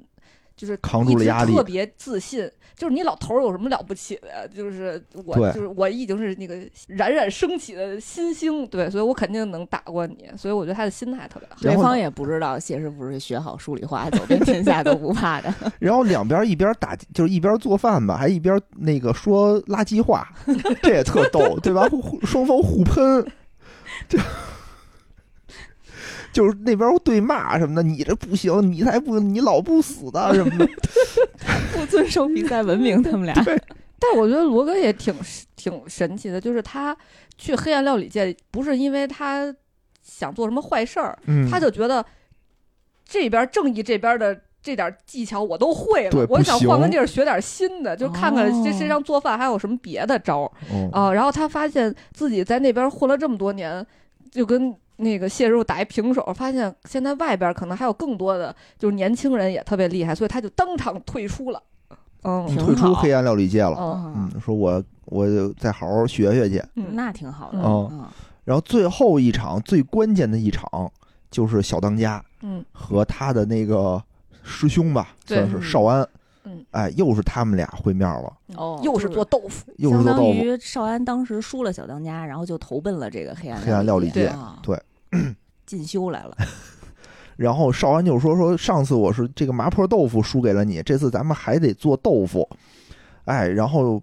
就是扛一住了直压力特别自信。就是你老头儿有什么了不起的呀？就是我，对就是我已经是那个冉冉升起的新星，对，所以我肯定能打过你。所以我觉得他的心态特别好。对然后方呢也不知道谢师傅是学好数理化，走遍天下都不怕 的。然后两边一边打就是一边做饭吧，还一边那个说垃圾 话，这也特逗，对吧？互互双方互喷，就就是那边对骂什么的，你这不行，你才不，你老不死的什么 的，不遵守比赛文明，他们俩但我觉得罗根也挺挺神奇的，就是他去黑暗料理界，不是因为他想做什么坏事儿，嗯，他就觉得这边正义这边的这点技巧我都会了对，我不想行换个地儿学点新的，就看看哦这世界上做饭还有什么别的招儿哦啊、然后他发现自己在那边混了这么多年，就跟。那个谢师傅打一平手，发现现在外边可能还有更多的，就是年轻人也特别厉害，所以他就当场退出了。嗯你挺退出好黑暗料理界了，哦嗯，嗯，说我我再好好学学去。嗯那挺好的。哦嗯，然后最后一场最关键的一场就是小当家嗯，和他的那个师兄吧，对算是少安，嗯，哎，又是他们俩会面了，哦又就是做豆腐，又是相做当豆腐。于少安当时输了小当家，然后就投奔了这个黑暗黑暗料理界，界啊对，进修来了。然后少安就说说上次我是这个麻婆豆腐输给了你，这次咱们还得做豆腐，哎，然后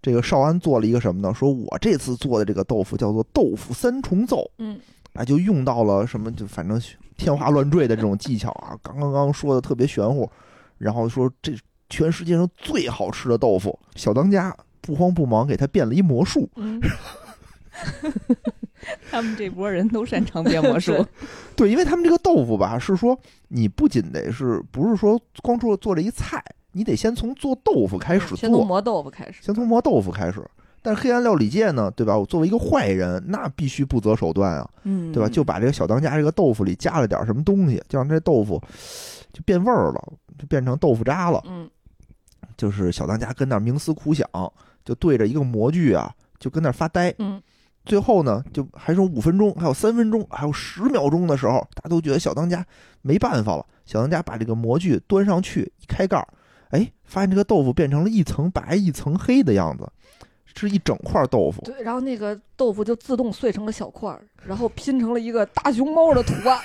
这个少安做了一个什么呢？说我这次做的这个豆腐叫做豆腐三重奏，嗯，啊，就用到了什么就反正天花乱坠的这种技巧啊，刚刚刚说的特别玄乎，然后说这全世界上最好吃的豆腐，小当家不慌不忙给他变了一魔术，嗯，他们这波人都擅长变魔术对， 对，因为他们这个豆腐吧，是说你不仅得是不是说光做做这一菜，你得先从做豆腐开始嗯先从做，磨豆腐开始。先从磨豆腐开始。但是黑暗料理界呢，对吧？我作为一个坏人，那必须不择手段啊，嗯，对吧？就把这个小当家这个豆腐里加了点什么东西，就让这豆腐就变味儿了，就变成豆腐渣了。嗯，就是小当家跟那儿冥思苦想，就对着一个模具啊，就跟那儿发呆。嗯，最后呢，就还剩五分钟，还有三分钟，还有十秒钟的时候，大家都觉得小当家没办法了。小当家把这个模具端上去，一开盖儿，哎，发现这个豆腐变成了一层白一层黑的样子，是一整块豆腐。对，然后那个豆腐就自动碎成了小块儿，然后拼成了一个大熊猫的图案。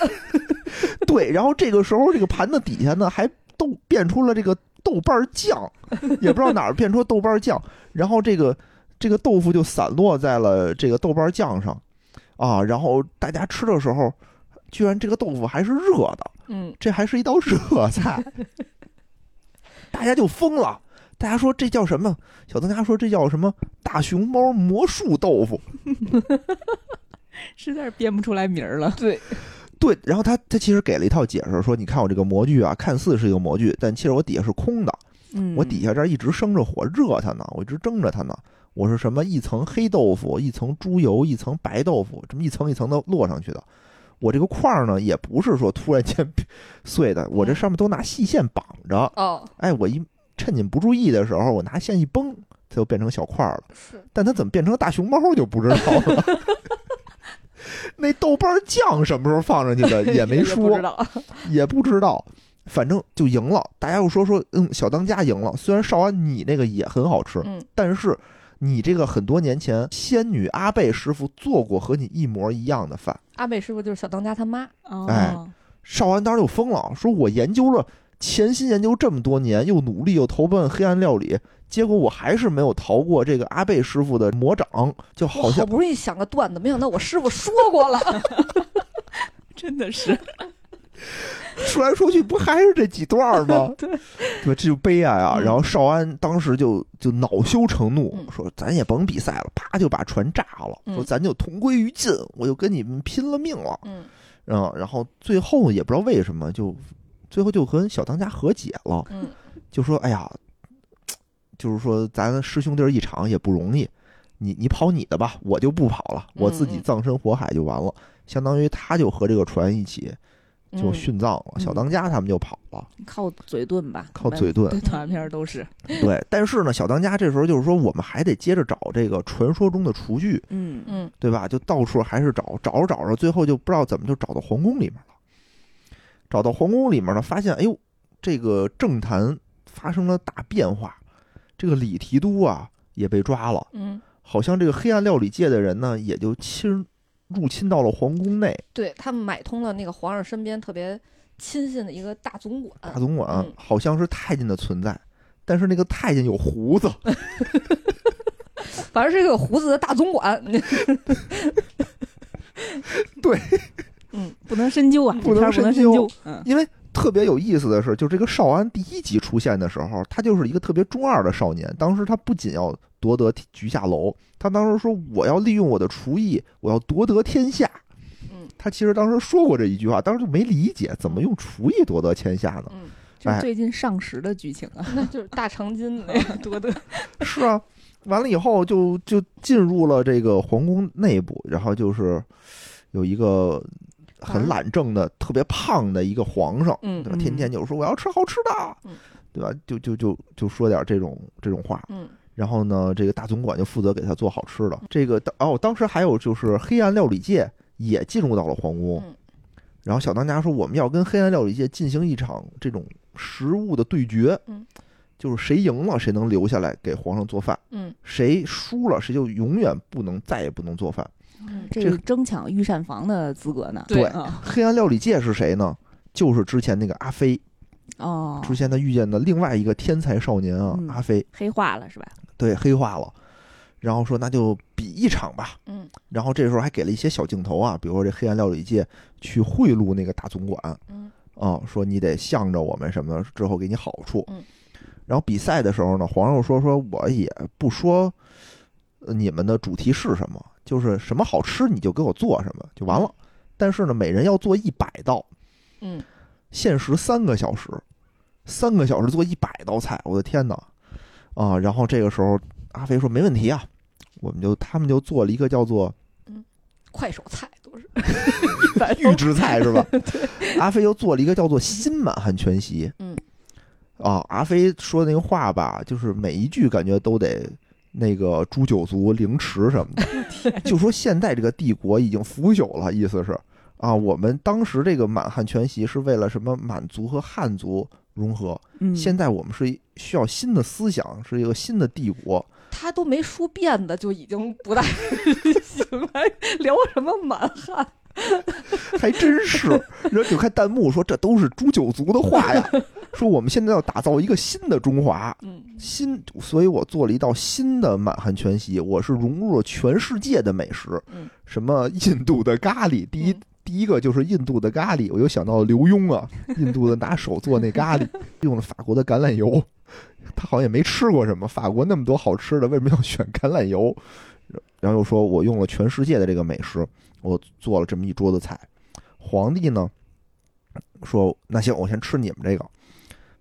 对，然后这个时候这个盘子底下呢还豆变出了这个豆瓣儿酱，也不知道哪儿变出豆瓣儿酱，然后这个这个豆腐就散落在了这个豆瓣儿酱上，啊，然后大家吃的时候，居然这个豆腐还是热的，嗯，这还是一道热菜，大家就疯了。大家说这叫什么？小当家说这叫什么？大熊猫魔术豆腐。实在是编不出来名儿了。对，对，然后他他其实给了一套解释，说你看我这个模具啊，看似是一个模具，但其实我底下是空的，嗯，我底下这儿一直生着火热它呢，我一直蒸着它呢。我是什么一层黑豆腐，一层猪油，一层白豆腐，这么一层一层的摞上去的。我这个块儿呢，也不是说突然间 碎的，嗯我这上面都拿细线绑着。哦，哎，我一趁你们不注意的时候，我拿线一绷，它就变成小块儿了。 是，但它怎么变成大熊猫就不知道了。 那豆瓣酱什么时候放上去的也没不说知， 道。也不知道，反正就赢了。大家又说说，嗯，小当家赢了。虽然少安你那个也很好吃，嗯但是你这个很多年前仙女阿贝师傅做过和你一模一样的饭，阿美师傅就是小当家他妈，哦，哎少安当时就疯了，说我研究了，潜心研究这么多年，又努力又投奔黑暗料理，结果我还是没有逃过这个阿贝师傅的魔掌，就我好好像不容易想个段子，没想到我师傅说过了， 真的是，说来说去不还是这几段儿吗？对对，这就悲哀啊！嗯然后少安当时就就恼羞成怒，嗯说咱也甭比赛了，啪就把船炸了，嗯说咱就同归于尽，我就跟你们拼了命了。 嗯嗯，然后最后也不知道为什么就最后就和小当家和解了，嗯，就说哎呀，就是说咱师兄弟儿一场也不容易，你你跑你的吧，我就不跑了，我自己嗯嗯葬身火海就完了。相当于他就和这个船一起就嗯殉葬了，嗯小当家他们就跑了。靠嘴遁吧，靠嘴遁对，短片儿都是，对，但是呢，小当家这时候就是说，我们还得接着找这个传说中的厨具， 嗯嗯对吧？就到处还是找，找着找着，最后就不知道怎么就找到皇宫里面了。找到皇宫里面呢，发现哎呦，这个政坛发生了大变化，这个李提督啊也被抓了，嗯，好像这个黑暗料理界的人呢也就侵入侵到了皇宫内对他们买通了那个皇上身边特别亲信的一个大总管，大总管嗯，好像是太监的存在，但是那个太监有胡子，反正是一个胡子的大总管， 对，嗯不能深究啊，不这能片儿不能深深究究。嗯因为特别有意思的是，就这个少安第一集出现的时候，他就是一个特别中二的少年。当时他不仅要夺得菊下楼，他当时说我要利用我的厨艺，我要夺得天下。嗯他其实当时说过这一句话，当时就没理解怎么用厨艺夺得天下呢？嗯，就是哎最近上时的剧情 啊，那就是大长今那个多的，是啊，完了以后就就进入了这个皇宫内部，然后就是有一个很懒政的、特别胖的一个皇上，嗯对吧？嗯天天就说我要吃好吃的，啊嗯对吧？就就就就说点这种这种话。嗯然后呢，这个大总管就负责给他做好吃的。这个当哦，当时还有就是黑暗料理界也进入到了皇宫嗯，然后小当家说我们要跟黑暗料理界进行一场这种食物的对决嗯，就是谁赢了谁能留下来给皇上做饭，嗯谁输了谁就永远不能再也不能做饭。嗯这这是争抢御膳房的资格呢。对啊黑暗料理界是谁呢？就是之前那个阿飞，哦，之前他遇见的另外一个天才少年啊，嗯阿飞黑化了是吧？对黑化了，然后说那就比一场吧，嗯然后这时候还给了一些小镜头啊，比如说这黑暗料理界去贿赂那个大总管啊、嗯说你得向着我们什么，之后给你好处。嗯然后比赛的时候呢，皇上说说我也不说呃你们的主题是什么，就是什么好吃你就给我做什么就完了。但是呢，每人要做一百道，嗯，限时三个小时，三个小时做一百道菜，我的天哪！啊，然后这个时候阿飞说没问题啊，我们就他们就做了一个叫做快手菜都是，预制菜是 吧？阿飞又做了一个叫做“新满汉全席”。嗯，啊，阿飞说那个话吧，就是每一句感觉都得那个诛九族、凌迟什么的，就说现在这个帝国已经腐朽了，意思是啊，我们当时这个满汉全席是为了什么？满族和汉族融合，嗯，现在我们是需要新的思想，是一个新的帝国。 他都没梳辫子就已经不太 行了，还聊什么满汉？还真是。然后就看弹幕说这都是诛九族的话呀，说我们现在要打造一个新的中华，嗯，新，所以我做了一道新的满汉全席，我是融入了全世界的美食，嗯什么印度的咖喱，第一、嗯第一个就是印度的咖喱，我又想到了刘墉啊，印度的拿手做那咖喱，用了法国的橄榄油，他好像也没吃过什么，法国那么多好吃的，为什么要选橄榄油？然后又说我用了全世界的这个美食，我做了这么一桌子菜。皇帝呢说那行，我先吃你们这个，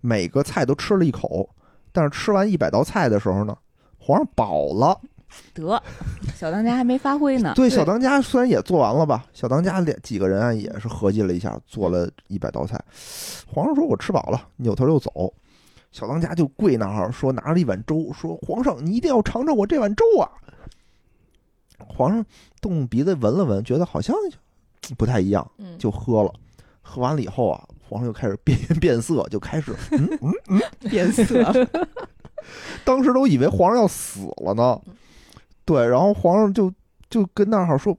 每个菜都吃了一口，但是吃完一百道菜的时候呢，皇上饱了。得，小当家还没发挥呢。对，对小当家虽然也做完了吧，小当家两几个人啊也是合计了一下，做了一百道菜。皇上说：“我吃饱了。”扭头就走。小当家就跪那儿说，拿着一碗粥，说：“皇上，你一定要尝尝我这碗粥啊！”皇上动鼻子闻了闻，觉得好像不太一样，嗯就喝了。喝完了以后啊，皇上就开始变 变色，就开始嗯嗯嗯，变色，当时都以为皇上要死了呢。对，然后皇上就就跟那儿说：“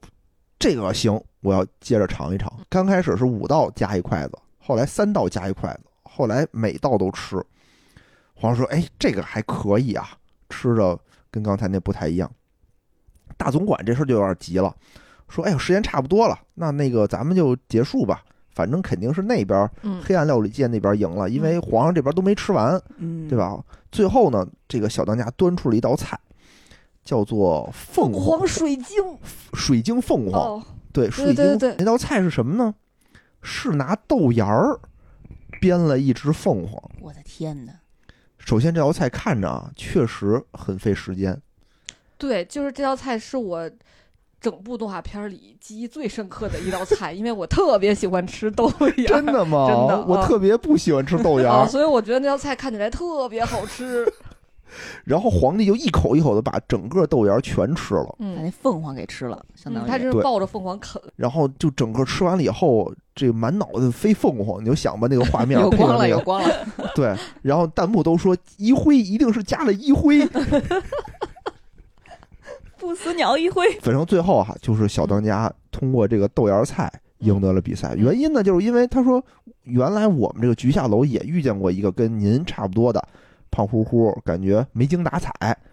这个行，我要接着尝一尝。”刚开始是五道加一筷子，后来三道加一筷子，后来每道都吃。皇上说：“哎，这个还可以啊，吃着跟刚才那不太一样。”大总管这事儿就有点急了，说：“哎呦，时间差不多了，那那个咱们就结束吧。反正肯定是那边儿嗯黑暗料理界那边儿赢了，因为皇上这边儿都没吃完。” 嗯，对？吧？最后呢，这个小当家端出了一道菜，叫做凤凰黄水晶水晶凤凰。哦，对，水晶对对那道菜是什么呢？是拿豆芽儿编了一只凤凰。我的天哪！首先，这道菜看着啊，确实很费时间。对，就是这道菜是我整部动画片儿里记忆最深刻的一道菜，因为我特别喜欢吃豆芽，真的吗？真的我啊特别不喜欢吃豆芽 啊，儿。所以我觉得那道菜看起来特别好吃。然后皇帝就一口一口的把整个豆芽儿全吃了。把嗯，那凤凰给吃了，相当嗯于他真是对抱着凤凰啃， 然后就整个吃完了以后，这满脑子飞凤凰，你就想吧，那个画面有配上光了，那个有光了。 对，然后弹幕都说一辉一定是加了一 辉，不死鸟一挥，反正最后哈、就是小当家通过这个豆芽菜嗯赢得了比赛。原因呢，就是因为他说原来我们这个菊下楼也遇见过一个跟您差不多的胖乎乎，感觉没精打采，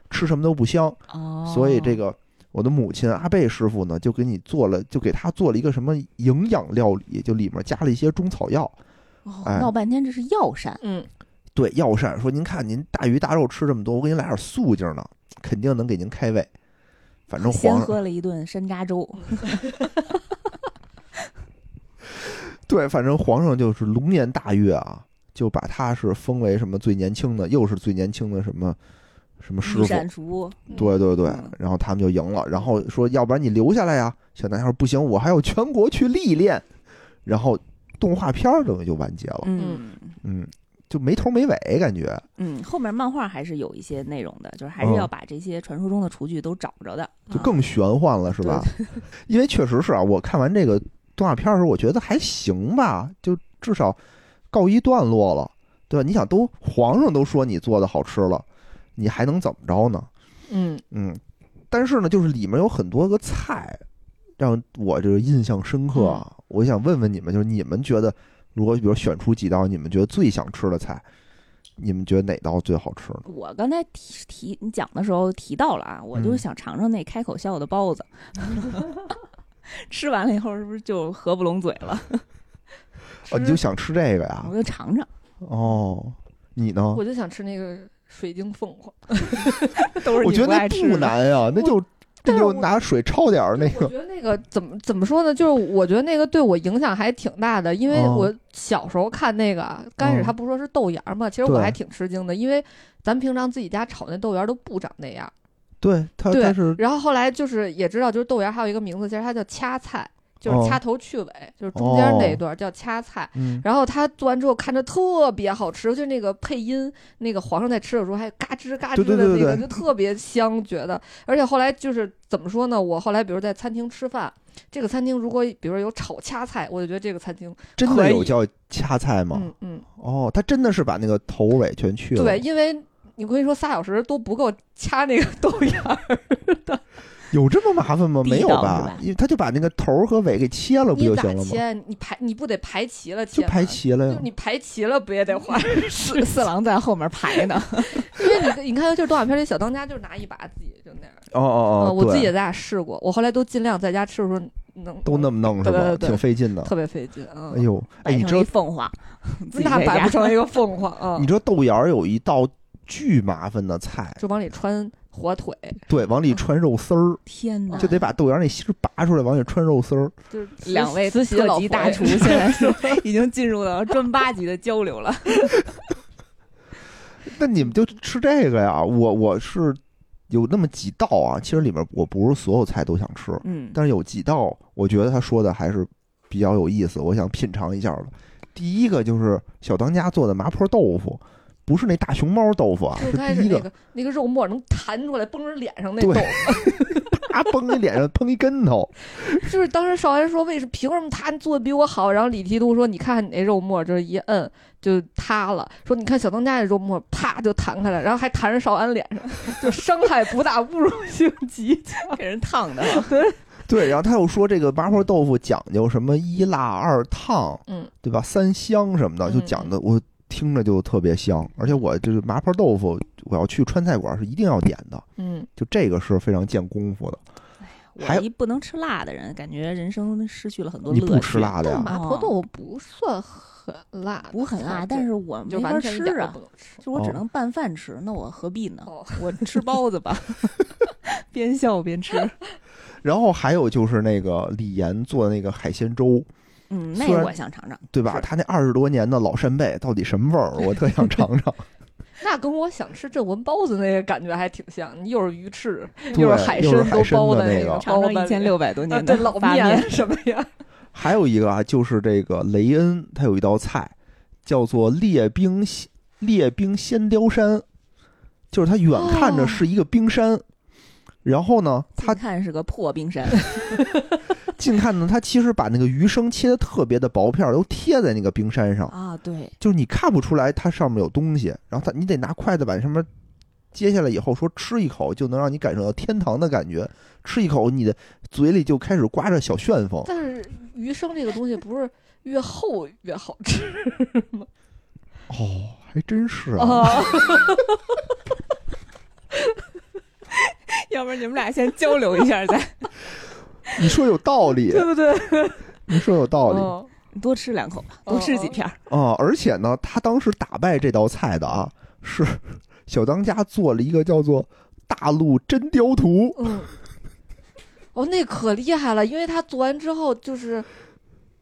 吃什么都不香，哦所以这个。我的母亲阿贝师傅呢，就给你做了，就给他做了一个什么营养料理，就里面加了一些中草药，哦哎闹半天这是药膳，嗯，对药膳，说您看您大鱼大肉吃这么多，我给您来点素净的，肯定能给您开胃。反正先皇上喝了一顿山楂粥，对，反正皇上就是龙颜大悦啊，就把他是封为什么最年轻的，又是最年轻的什么什么师御傅。膳厨，对对对嗯，然后他们就赢了。然后说，要不然你留下来呀、小男孩说不行，我还要全国去历练。然后动画片儿等于就完结了，嗯嗯，就没头没尾感觉。嗯，后面漫画还是有一些内容的，就是还是嗯要把这些传说中的厨具都找着的，就啊更玄幻了，是吧？ 因为确实是啊，我看完这个动画片的时候，我觉得还行吧，就至少告一段落了，对吧？你想都，皇上都说你做的好吃了，你还能怎么着呢？嗯嗯，但是呢，就是里面有很多个菜让我这个印象深刻啊。我想问问你们，就是你们觉得，如果比如选出几道你们觉得最想吃的菜，你们觉得哪道最好吃呢？我刚才提提你讲的时候提到了啊，我就是嗯想尝尝那开口笑的包子，吃完了以后是不是就合不拢嘴了？哦，你就想吃这个呀我？就尝尝，哦，你呢？我就想吃那个水晶凤凰。都我是你觉得爱那吃不 的。难呀，那就那但是就我拿水焯点儿那我个，觉得那个怎么怎么说呢？就是我觉得那个对我影响还挺大的，因为哦我小时候看那个，啊，刚开始嗯他不说是豆芽儿嘛，其实我对还挺吃惊的，因为咱平常自己家炒那豆芽儿都不长那样。对，它对它是然后后来就是也知道，就是豆芽儿还有一个名字，其实它叫掐菜，哦就是掐头去尾，就是中间那一段儿叫掐菜。嗯，然后它做完之后看着特别好吃，就是那个配音，那个皇上在吃的时候还嘎吱嘎吱对的对那个，对对就特别香，觉得。而且后来就是怎么说呢？我后来比如在餐厅吃饭，这个餐厅如果比如有炒掐菜，我就觉得这个餐厅，真可的以有叫掐菜吗？嗯嗯，哦，它真的是把那个头尾全去了， 对，因为。你可以说仨小时都不够掐那个豆芽儿，有这么麻烦吗？地没有道是吧吧？因为他就把那个头儿和尾给切了不你就咋行了吗？切？你排你不得排齐了就切吗？排齐了就呀。你排齐了不也 得花？四四郎在后面排呢，因为你你看就是动画片里小当家就是拿一把自己就那样。哦哦呃哦，我自己也对在家试过，我后来都尽量在家吃的时候能都那么弄是对吧？对对挺费劲的。特别费劲啊。哎呦，哎， 摆你知成道一 凤凰，自己那在摆家 不成一个凤凰啊！你知道豆芽儿有一道巨麻烦的菜，就往里穿火 腿，对，往嗯里穿肉丝儿，天哪！就得把豆芽儿那芯儿拔出来，往里穿肉丝儿。就是慈两位慈禧的特老级佛大爷 厨现在是已经进入了专八级的交流了。那你们就吃这个呀？我我是有那么几道啊，其实里面我不是所有菜都想吃，嗯，但是有几道我觉得他说的还是比较有意思，我想品尝一下的。第一个就是小当家做的麻婆豆腐，不是那大熊猫豆腐啊，就是开第始一那个个那个肉沫能弹出来，崩人脸上那对 豆，啪崩你脸上 碰一跟头， 就是当时少安说为什么凭什么他做的比我好，然后李提督说你看你那肉沫就是一摁就塌了，说你看小当家那肉沫啪就弹开了，然后还弹着少安脸上， 就伤害不大，侮辱性极强。给人烫的，对，然后他又说这个麻婆豆腐讲究什么一辣二烫，嗯，对吧？三香什么的，嗯就讲的我听着就特别香，而且我就是麻婆豆腐，我要去川菜馆是一定要点的，嗯，就这个是非常见功夫的。我还一不能吃辣的人，感觉人生失去了很多你乐趣。不吃辣的但呀？麻婆豆腐不算很辣，哦不 很辣，但是我就没法完全一吃点都啊不，能吃。就我哦只能拌饭吃，那我何必呢？哦，我吃包子 吧，边笑边 吃。然后还有就是那个李岩做的那个海鲜粥，嗯，虽那然我想尝尝。对吧？是他那二十多年的老扇贝到底什么味儿？我特想尝尝。那跟我想吃镇魂包子那个感觉还挺像，你又是鱼翅，对，是海又是海都参包的的那个个。尝尝包子一千六百多啊年的对老发面，什么呀？ 还有一个啊，就是这个雷恩，他有一道菜叫做列冰西列冰仙雕山，就是它远看着哦是一个冰山，然后呢，它近看是个破冰 山，近看呢，它其实把那个鱼生切的特别的薄片儿，都贴在那个冰山上，啊，对，就是你看不出来它上面有东西，然后它你得拿筷子把上面揭下来以后，说吃一口就能让你感受到天堂的感觉，吃一口你的嘴里就开始刮着小旋风，但是鱼生这个东西不是越厚越好吃哦，还真是啊。 啊？ 要不然你们俩先交流一下 再，你说有道理，对不对？你说有道理啊、嗯多吃两口吧，多吃几片儿。而且呢，他当时打败这道菜的啊，是小当家做了一个叫做“大陆真雕图嗯，哦，那可厉害了，因为它做完之后就是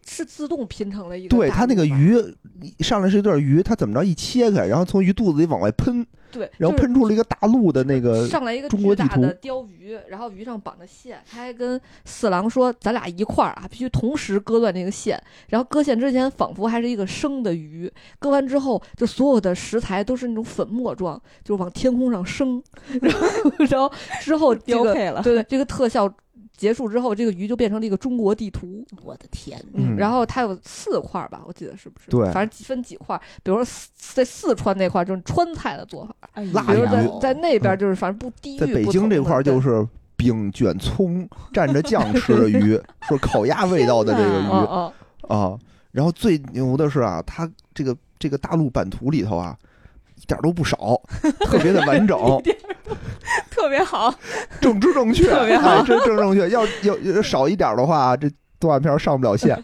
是自动拼成了一”，个大对鱼嘛。他那个鱼上来是一段鱼，他怎么着一切开，然后从鱼肚子里往外喷，对，然后就是喷出了一个大陆的那个，上来一个呃中国巨地大的图鲷鱼，然后鱼上绑着线，他还跟四郎说：“咱俩一块儿啊，必须同时割断这个线。”然后割线之前，仿佛还是一个生的鱼，割完之后，就所有的食材都是那种粉末状，就是往天空上升。 然后，然后之后 这标个配了，对对，这个特效结束之后，这个鱼就变成了一个中国地图。我的天哪，嗯然后它有四块儿吧，我记得是不是？对反正几分几块儿。比如说四在四川那块儿就是川菜的做法，哎辣比如呀在呦 在那边就是反正不地域嗯在北不京同这块儿的对就是饼卷葱蘸着 酱吃的鱼，说烤鸭味道的这个天鱼哪嗯嗯，啊。然后最牛的是啊，它这个这个大陆版图里头啊，一点儿都不少，特别的完整。特别好， 政治正确，特别好哎这政治正确。要要要少一点的话，这动画片上不了 线。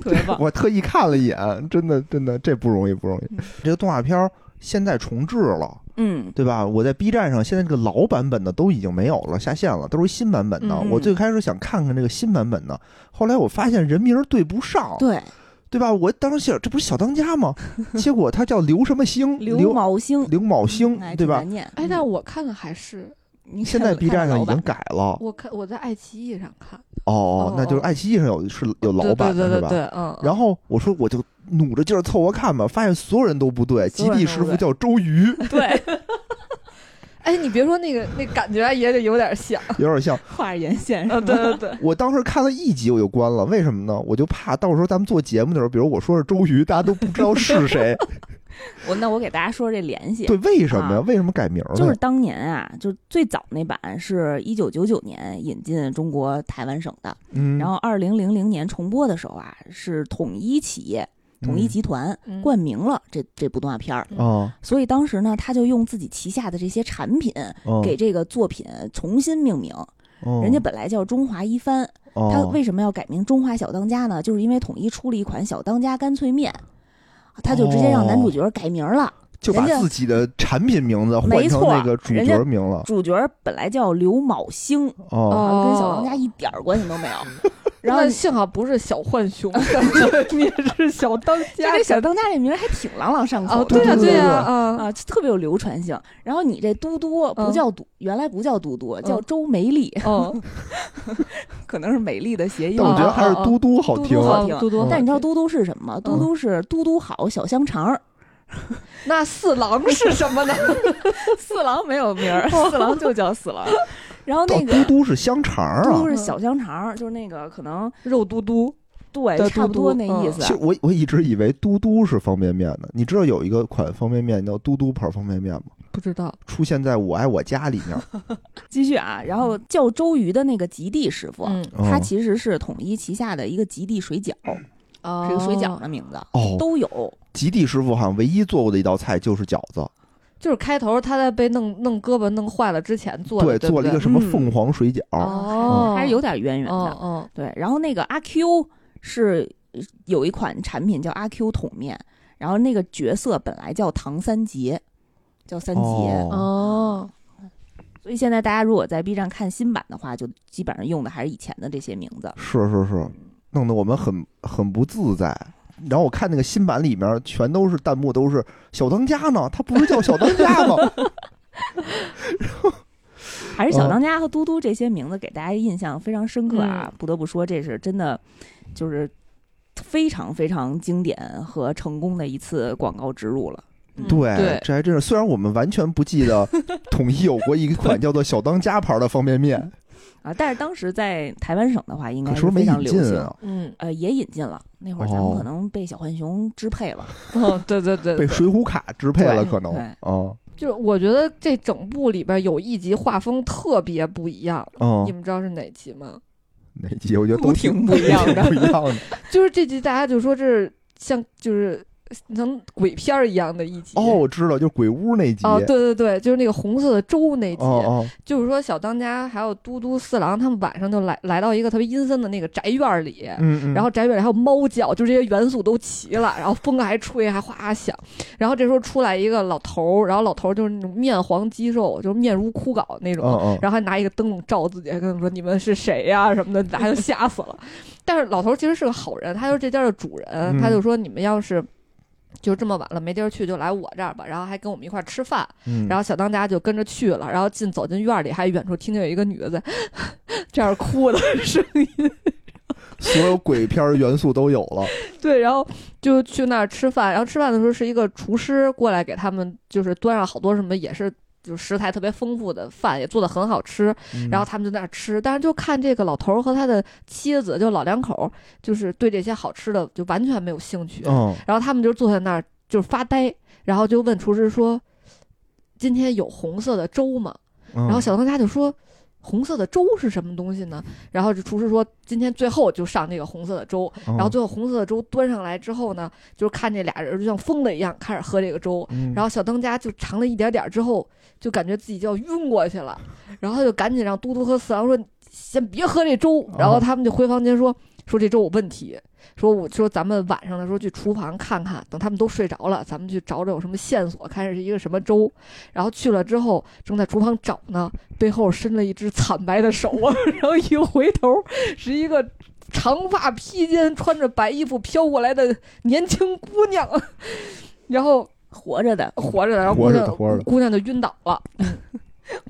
特别棒。我特意看了一眼，真的真的这不容易不容易嗯。这个动画片现在重置了，嗯，对吧？我在 B 站上现在这个老版本的都已经没有了，下线了，都是新版本的。嗯我最开始想看看这个新版本的，后来我发现人名对不上，对，对吧？我当时想这不是小当家吗？结果他叫刘什么星， 刘刘昴星，刘昴星，哎对？吧挺难？念哎，但我看了还是你现在 B 站上已经看了改了我看我在爱奇艺上看，哦哦，那就是哦爱奇艺上有是有老版的对是对对吧？对，嗯。然后我说我就努着劲儿凑合看吧，发现所有人都不对，极所有人地都师不傅对叫周 瑜， 对，哎，你别说那个那感觉也得有点像，有点像。画着眼线是啊，吧对对对，我当时看了一集我就关 了，为什么呢？我就怕到时候咱们做节目的时候，比如我说是周瑜，大家都不知道是谁，我那我给大家说这联系，对，为什么呀？啊为什么改名儿呢？就是当年啊，就是最早那版是一九九九年引进中国台湾省的，嗯，然后二零零零年重播的时候啊，是统一企业、统一集团 嗯冠名了这这部动画片儿，嗯哦所以当时呢，他就用自己旗下的这些产品哦，给这个作品重新命名。哦人家本来叫中华一番，他哦为什么要改名中华小当家呢？就是因为统一出了一款小当家干脆面。他就直接让男主角改名了，就把人家自己的产品名字换没成错那个主人角家名了主角本来叫刘卯星，哦，啊，跟小哦当家一点儿关系都 没有。然然后后你幸好不是小 浣熊，你是 小当就家这小当家这名儿还挺朗朗上口哦，的，对对呀对对呀对嗯啊，啊，特别有流传性。然后你这嘟嘟不嗯叫嘟，原来不叫嘟嘟，叫嗯周梅丽，哦，可能是美丽的谐音但我觉 得啊。还是嘟嘟好嘟听嘟啊。好哦嘟嘟嗯但你知道嘟嘟是什么吗？嘟嘟是嘟嘟好小香肠儿， 那四郎是什 么呢？ 四郎没有名 儿，四郎就叫四郎。 然后那哦个嘟嘟是香肠儿嘟啊嘟！是小香肠儿，就是那个可能肉嘟嘟，对对差不嘟嘟多那意其实思。我我一直以为嘟嘟是方便面呢。你知道有一个款方便面叫嘟嘟牌方便面吗？不知道出现在我爱我家里面儿。继续啊，嗯然后叫周瑜的那个极地师傅，啊嗯他哦其实是统一旗下的一个极地水饺，啊是一个水饺的名字，哦，都有。极地师傅好像唯一做过的一道菜就是饺子，就是开头他在被弄弄胳膊弄坏了之前做的，对，对不做了一对个什么嗯凤凰水饺，哦，还是有点渊源哦的。哦，对，然后那个阿 Q 是呃有一款产品叫阿 Q 桶面，然后那个角色本来叫唐三杰，叫三杰。哦哦，所以现在大家如果在 B 站看新版的话，就基本上用的还是以前的这些名字。是是是，弄得我们很很不自在。然后我看那个新版里面，全都是弹幕都是小当家呢，他不是叫小当家吗？还是嗯小当家和嘟嘟这些名字给大家印象非常深刻嗯啊！不得不说，这是真的，就是非常非常经典和成功的一次广告植入了。嗯对，对，这还真是。虽然我们完全不记得统一有过一款叫做小当家牌的方便面，啊，但是当时在台湾省的话，应该可是不是是没非常引流进行。啊，嗯， 呃，也引进了，那会儿咱们哦可能被小浣熊支配了。哦，对对对，被对《水浒卡》支配了，对可能对啊， 就是我觉得这整部里边有一集画风特别不一样，你嗯，们知道是哪集吗？哪集我觉得都都挺挺不一样 都挺的不一样 的。就是这集大家就说这是像就是能鬼片儿一样的一集哦，。我知道，就是鬼屋那集。哦，对对对，就是那个红色的粥那集，哦就是说小当家还有嘟嘟四郎他们晚上就来来到一个特别阴森的那个宅院儿里，嗯嗯，然后宅院里还有猫叫，就这些元素都齐了，然后风还吹，还哗哗响。然后这时候出来一个老头儿，然后老头儿就是那种面黄肌瘦，就是面如枯槁那种，嗯嗯然后还拿一个灯笼照自己，还跟他们说你们是谁呀、什么的，大家就吓死了。但是老头儿其实是个好人，他就是这家的主人，嗯他就说你们要是。就这么晚了，没地儿去，就来我这儿吧。然后还跟我们一块儿吃饭，嗯，后然后小当家就跟着去了。然后进走进院儿里，还远处听见有一个女的在 这样哭的声音。所有鬼片儿元素都有 了。对，然后就去那儿吃饭，然后吃饭的时候是一个厨师过来给他们，就是端上好多什么也是。就食材特别丰富的饭也做的很好吃，嗯然后他们就在那儿吃，但是就看这个老头儿和他的妻子，就老两口儿，就是对这些好吃的就完全没有兴趣。嗯，然后他们就坐在那儿就是发呆，然后就问厨师说：“今天有红色的粥吗？”然然后小当家就说：“红色的粥是什么东西呢？”然后这厨师说：“今天最后就上这个红色的粥。”嗯然后最后红色的粥端上来之后呢，就是看这俩人就像疯了一样开始喝这个粥，嗯，然后小当家就尝了一点点儿之后，就感觉自己就要晕过去了，然后就赶紧让嘟嘟和四郎说先别喝这粥，然后他们就回房间说说这粥有问题，说我说咱们晚上的时候去厨房看看，等他们都睡着了，咱们去找找有什么线索，看是一个什么粥，然后去了之后正在厨房找呢，背后伸了一只惨白的手啊， 然后一回头是一个。长发披肩、穿着白衣服飘过来的年轻姑娘，啊 然后活着 的活着的，然后活姑着的娘活着的姑娘就晕倒了，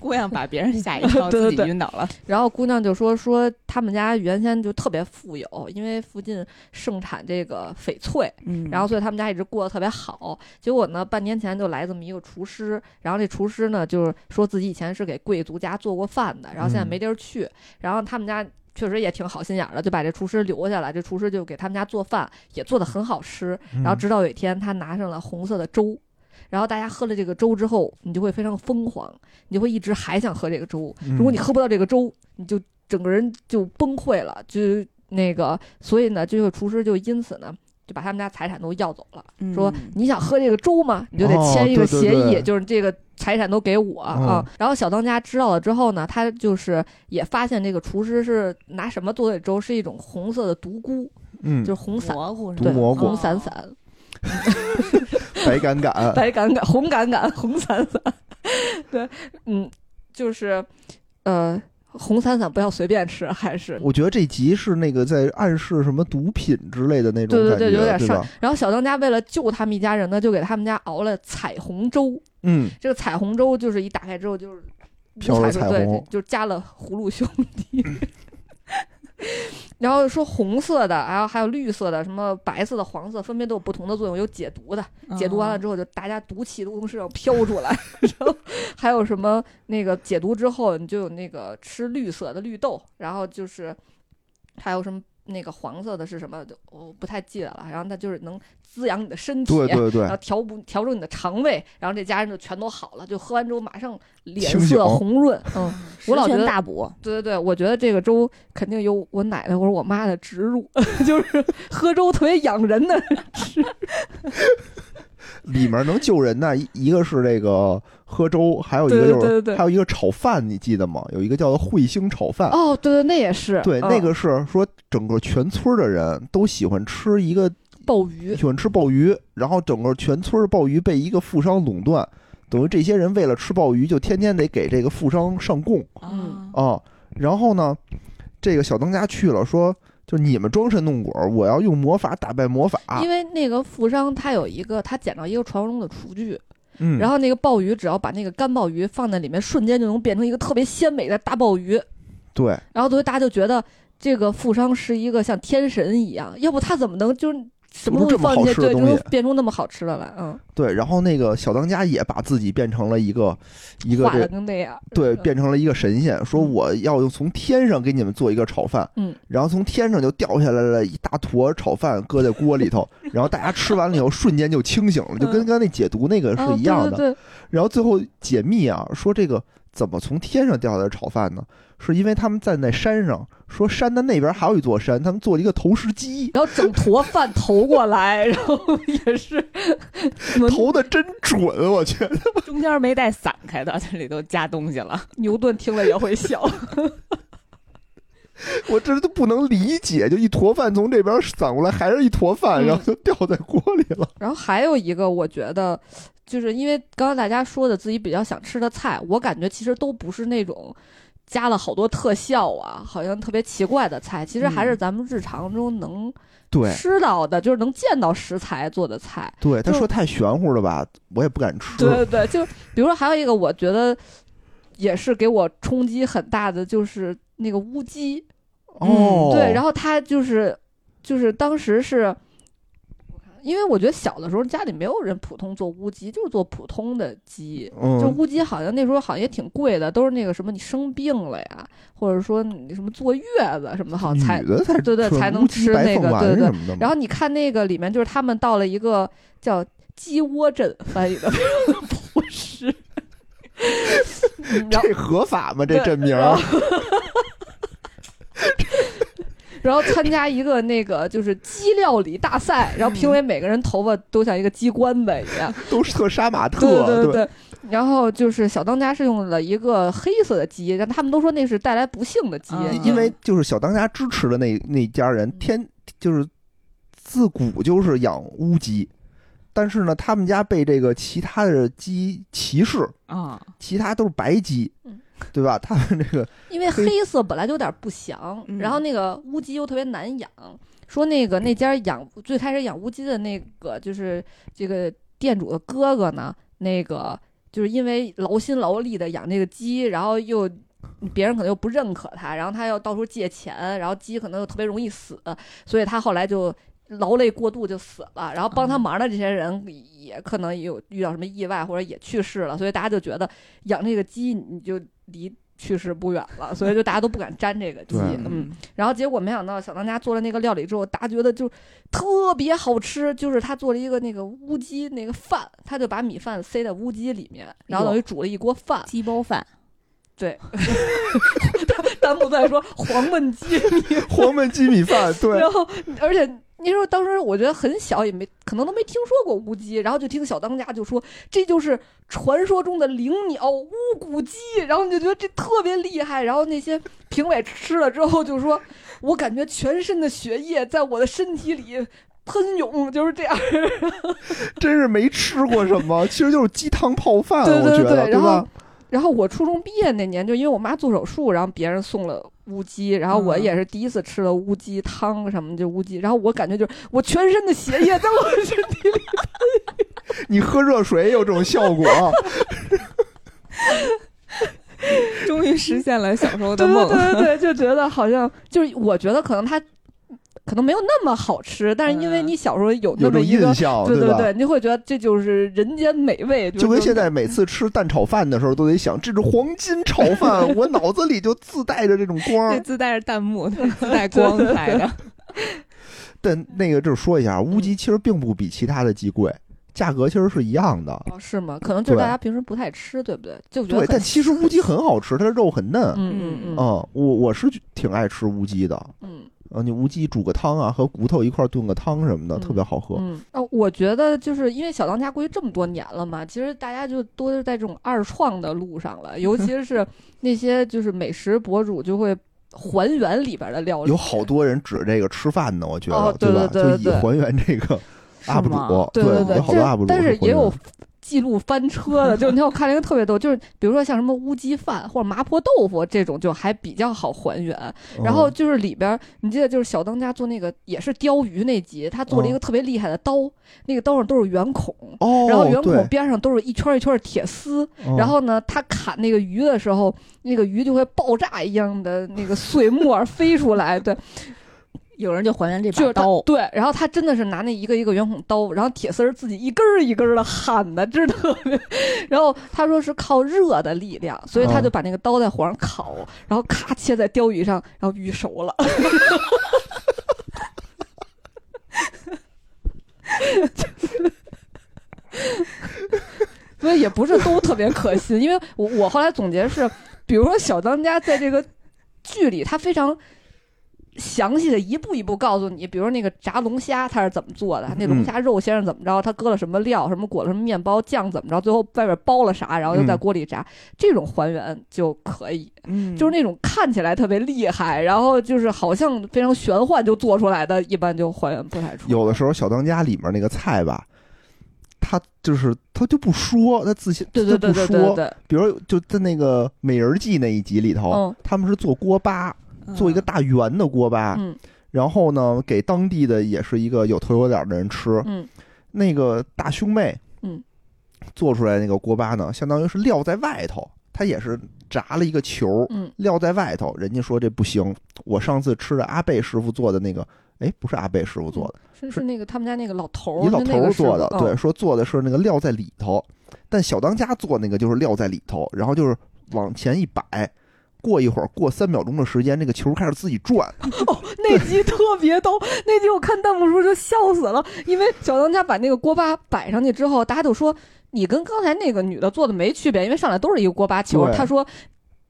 姑娘把别人 吓一跳，对对自己对晕倒了。然后姑娘就说说他们家原先就特别富有，因为附近盛产这个翡翠，嗯然后所以他们家一直过得特别好。结果呢，半年前就来这么一个厨师，然后这厨师呢就是说自己以前是给贵族家做过饭的，然后现在嗯没地儿去，然后他们家。确实也挺好心眼儿的，就把这厨师留下来。这厨师就给他们家做饭，也做的很好吃。嗯然后直到有一天，他拿上了红色的粥，然后大家喝了这个粥之后，你就会非常疯狂，你就会一直还想喝这个粥。嗯如果你喝不到这个粥，你就整个人就崩溃了，就那个。所以呢，这个厨师就因此呢，就把他们家财产都要走了。嗯说你想喝这个粥吗？你就得哦签一个对对协议，对嗯就是这个财产都给我、啊。然后小当家知道了之后呢，他就是也发现这个厨师是拿什么做的粥，是一种红色的独孤，嗯就是红伞，蘑菇是毒吧，对，蘑菇红伞伞，白杆 杆，白杆杆，红杆杆， 红伞伞，对，嗯，就是呃，红伞伞不要随便吃，还是。我觉得这集是那个在暗示什么毒品之类的那种对感觉，对对有点吧？然后小当家为了救他们一家人呢，就给他们家熬了彩虹粥。嗯，这个彩虹粥就是一打开之后就是飘着五彩对虹，就加了葫芦兄弟。 然后说红色的，然后还有绿色的，什么白色的、黄色，分别都有不同的作用，有解毒的，解毒嗯完了之后就大家毒气都从身上飘出来， 然后还有什么那个解毒之后你就有那个吃绿色的绿豆，然后就是还有什么那个黄色的是什么，就我不太记得了，然后它就是能滋养你的身体，对 对然后对，调补调整你的肠胃，然后这家人就全都好了，就喝完粥马上脸清醒色红润。嗯，十我老觉全得大补，对对对，我觉得这个粥肯定有我奶奶或者我妈的植入， 就是喝粥特别养人的。里面能救人的，一一个是这个喝粥，还有一个对就是对对对还有一个炒饭，你记得吗？有一个叫做彗星炒饭。哦，对对，那也是啊对，那嗯个是说整个全村的人都喜欢吃一个鲍鱼，喜欢吃鲍鱼，然后整个全村的鲍鱼被一个富商垄断，等于这些人为了吃鲍鱼，就天天得给这个富商上供嗯啊。然后呢，这个小当家去了，说就你们装神弄鬼，我要用魔法打败魔法。因为那个富商他有一个他捡到一个传说中的厨具，嗯，然后那个鲍鱼只要把那个干鲍鱼放在里面，瞬间就能变成一个特别鲜美的大鲍鱼。对，然后所以大家就觉得这个富商是一个像天神一样，要不他怎么能就是什么做出东西这么放好进去，吃的对，就东能西变出那么好吃的来，嗯，对，然后那个小当家也把自己变成了一个一个画的这跟那样，对，嗯变成了一个神仙，说我要用从天上给你们做一个炒饭，嗯，然后从天上就掉下来了一大坨炒饭，搁在锅里头， 然后大家吃完了以后瞬间就清醒了，就跟嗯刚才那解毒那个哦是一样的。对对对，然后最后解密啊，说这个怎么从天上掉下来的炒饭呢？是因为他们站在山上，说山的那边还有一座山，他们做了一个投石机，然后整坨饭投过来，然后也是什么投的真准，我去。中间没带散开的，这里头加东西了。牛顿听了也会 笑，我这都不能理解，就一坨饭从这边散过来，还是一坨饭，嗯然后就掉在锅里了。然后还有一个，我觉得就是因为刚刚大家说的自己比较想吃的菜，我感觉其实都不是那种加了好多特效啊，好像特别奇怪的菜，其实还是咱们日常中能 对吃到的，就是能见到食材做的菜。对，他就说太玄乎了吧，我也不敢吃。对对对，就比如说还有一个，我觉得也是给我冲击很大的，就是那个乌鸡。哦，嗯对，然后后它就是就是当时是。因为我觉得小的时候家里没有人普通做乌鸡，就是做普通的鸡，就嗯，乌鸡好像那时候好像也挺贵的，都是那个什么你生病了呀，或者说你什么坐月子什么的好像才女的才对对才能吃那个对对什么的嘛。然后你看那个里面，就是他们到了一个叫鸡窝镇，翻译的非常的朴 实。嗯然后，这合法吗？这对这名儿然后然后参加一个那个就是鸡料理大赛，然后评委每个人头发都像一个鸡冠子一样。都是特杀马对特，对嗯对。然后就是小当家是用了一个黑色的鸡，但他们都说那是带来不幸的鸡，嗯啊因为就是小当家支持的那那家人，嗯天就是自古就是养乌鸡，但是呢，他们家被这个其他的鸡歧视，啊，其他都是白鸡嗯，对吧？他们这个 因为黑色本来就有点不祥，嗯然后那个乌鸡又特别难养。说那个那家养最开始养乌鸡的那个就是这个店主的哥哥呢，那个就是因为劳心劳力的养这个鸡，然后又别人可能又不认可他，然后他又到处借钱，然后鸡可能又特别容易死，所以他后来就。劳累过度就死了，然后帮他嗯忙的这些人也可能也有遇到什么意外或者也去世了，所以大家就觉得养这个鸡你就离去世不远了，所以就大家都不敢沾这个鸡。对嗯，然后结果没想到小当家做了那个料理之后，大家觉得就特别好吃，就是他做了一个那个乌鸡那个饭，他就把米饭塞在乌鸡里面，然后等于煮了一锅饭。 鸡包饭，对，弹幕在说黄焖鸡，黄焖鸡米饭，对然后而且。那时候，当时我觉得很小，也没可能都没听说过乌鸡，然后就听小当家就说这就是传说中的灵鸟乌骨鸡，然后你就觉得这特别厉害。然后那些评委吃了之后就说，我感觉全身的血液在我的身体里喷涌，就是这样。真是没吃过什么，其实就是鸡汤泡饭，对我对觉得，对然后吧？然后我初中毕业那年，就因为我妈做手术，然后别人送了乌鸡，然后我嗯也是第一次吃了乌鸡汤什么就乌鸡，然后我感觉就是我全身的血液在我的身体里，你喝热水也有这种效果，终于实现了小时候对的对梦。 对对，就觉得好像就是我觉得可能它可能没有那么好吃，但是因为嗯你小时候 有那有么种一印个。象，对吧？对，你会觉得这就是人间美味，就跟是现在每次吃蛋炒饭的时候，都得想这是黄金炒嗯饭，我脑子里就自带着这种对， 光。自带着弹幕，对自带光来的。但那个就是说一下，嗯乌鸡其实并不比其他的鸡贵，价格其实是一样的。哦，是吗？可能就是对大家平时不太吃，对不对？就觉得对，很但其实乌鸡很好吃，它的肉很嫩。嗯嗯嗯，嗯我我是挺爱吃乌鸡的。嗯，呃，你乌鸡煮个汤啊，和骨头一块儿炖个汤什么的，嗯特别好喝。嗯，啊，我觉得就是因为小当家过去这么多年了嘛，其实大家就都是在这种二创的路上了，尤其是那些就是美食博主就会还原里边的料理，有好多人指这个吃饭呢，我觉得，哦对吧？对对就以对还原这个是 UP 吗主，对对，有好多 UP 这主，但是也有。记录翻车的，就是你看我看了一个特别逗，就是比如说像什么乌鸡饭或者麻婆豆腐这种，就还比较好还原。然哦嗯后就是里边儿，你记得就是小当家做那个也是鲷鱼那集，他做了一个特别厉害的刀，那个刀上都是圆孔，哦，然后圆对孔边上都是一圈儿一圈儿的铁丝，嗯然后呢，他砍那个鱼的时候，那个鱼就会爆炸一样的那个碎末儿飞出来，对，有人就还原这就是把他刀，对，然后他真的是拿那一个一个圆孔刀，然后铁丝儿自己一根儿一根儿的焊的，真的特别。 然后他说是靠热的力量，所以他嗯就把那个刀在火上烤，然后咔切在鲷鱼上，然后鱼熟了。 所以也不是都特别可信，因为我我后来总结是，比如说小当家在这个剧里，他非常详细的一步一步告诉你，比如说那个炸龙虾它是怎么做的，那嗯龙虾肉先是怎么着，它搁了什么料，什么裹了什么面包酱怎么着，最后外边包了啥，然后又在嗯锅里炸，这种还原就可以，嗯就是那种看起来特别厉害，然后就是好像非常玄幻就做出来的，一般就还原不太出。嗯有的时候小当家里面那个菜吧，他就是他就不说，他自信对对对他对不对对说。对，比如就在那个《美人计》那一集里头，嗯他们是做锅巴，嗯做一个大圆的锅巴，嗯然后呢给当地的也是一个有头有脸的人吃。嗯那个大胸妹，嗯，做出来那个锅巴呢，相当于是撂在外头，它也是炸了一个球，嗯撂在外头。人家说这不行，我上次吃的阿贝师傅做的那个，哎，不是阿贝师傅做的。是是是那个他们家那个老头儿，一老就嗯那头个儿师做的，傅对，嗯说做的是那个料在里头，但小当家做那个就是料在里头，然后就是往前一摆，过一会儿，过三秒钟的时间，那个球开始自己转，哦，那集特别逗，那集我看弹幕的时候就笑死了，因为小当家把那个锅巴摆上去之后，大家都说你跟刚才那个女的做的没区别，因为上来都是一个锅巴球。对他说。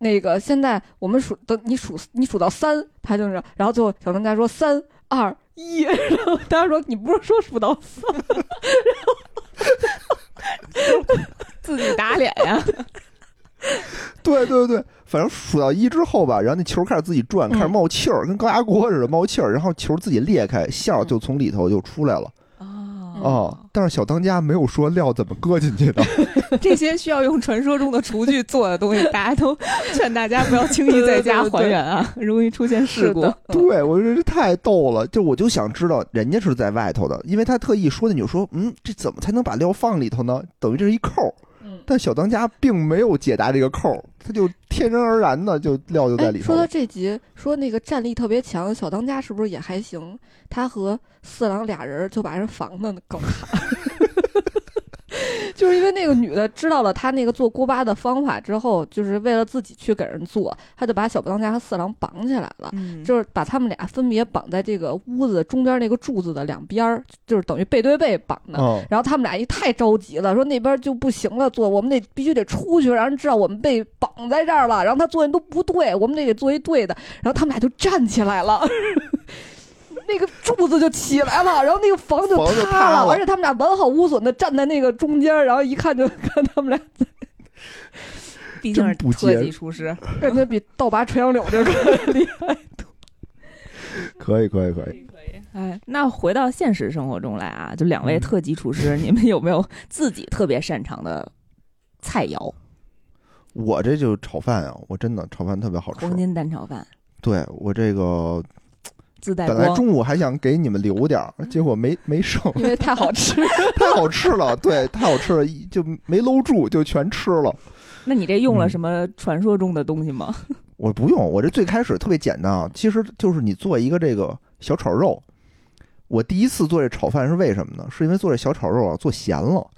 那个，现在我们数，等你数，你数到三，他就是，然后最后小当家说三二一， 然后大家说你不是说数到三，自己打脸呀。 对对对，反正数到一之后吧，然后那球开始自己转，开始嗯冒气儿，跟高压锅似的冒气儿，然后球自己裂开，馅嗯儿就从里头就出来了啊、哦，但是小当家没有说料怎么搁进 去的，这些需要用传说中的厨具做的东西，大家都劝大家不要轻易在家还原啊，容易出现事故。的，嗯对我觉得这太逗了，就我就想知道人家是在外头的，因为他特意说的，你就说嗯，这怎么才能把料放里头呢？等于这是一扣儿，嗯，但小当家并没有解答这个扣儿，他就天然而然的就料就在哎，里头说到了。这集，说那个战力特别强，小当家是不是也还行？他和四郎俩人就把人防的够卡。 就是因为那个女的知道了他那个做锅巴的方法之后，就是为了自己去给人做，他就把小当家和四郎绑起来了。嗯就是把他们俩分别绑在这个屋子中间那个柱子的两边儿，就是等于背对背绑的。嗯，然后他们俩一太着急了，说那边就不行了，做我们得必须得出去，让人知道我们被绑在这儿了。然后他做人都不对，我们得给做一对的。然后他们俩就站起来了， 那个柱子就起来了，然后那个房就房塌就塌了而且他们俩完好无损的站在那个中间，然后一看就 看他们俩毕竟是真不特接技厨师，感觉比倒拔垂杨柳这个 可以可以可以，哎，那回到现实生活中来啊，就两位嗯特级厨师，你们有没有自己特别擅长的菜肴？我这就炒饭啊，我真的炒饭特别好吃黄。金蛋炒饭、对我这个自带本来光，中午还想给你们留点儿，结果没没剩，因为太好 吃。太好吃了，对，太好吃了，一就没搂住，就全吃了。那你这用了嗯什么传说中的东西吗？我不用，我这最开始特别简单啊，其实就是你做一个这个小炒肉。我第一次做这炒饭是为什么呢？是因为做这小炒肉啊，做咸了，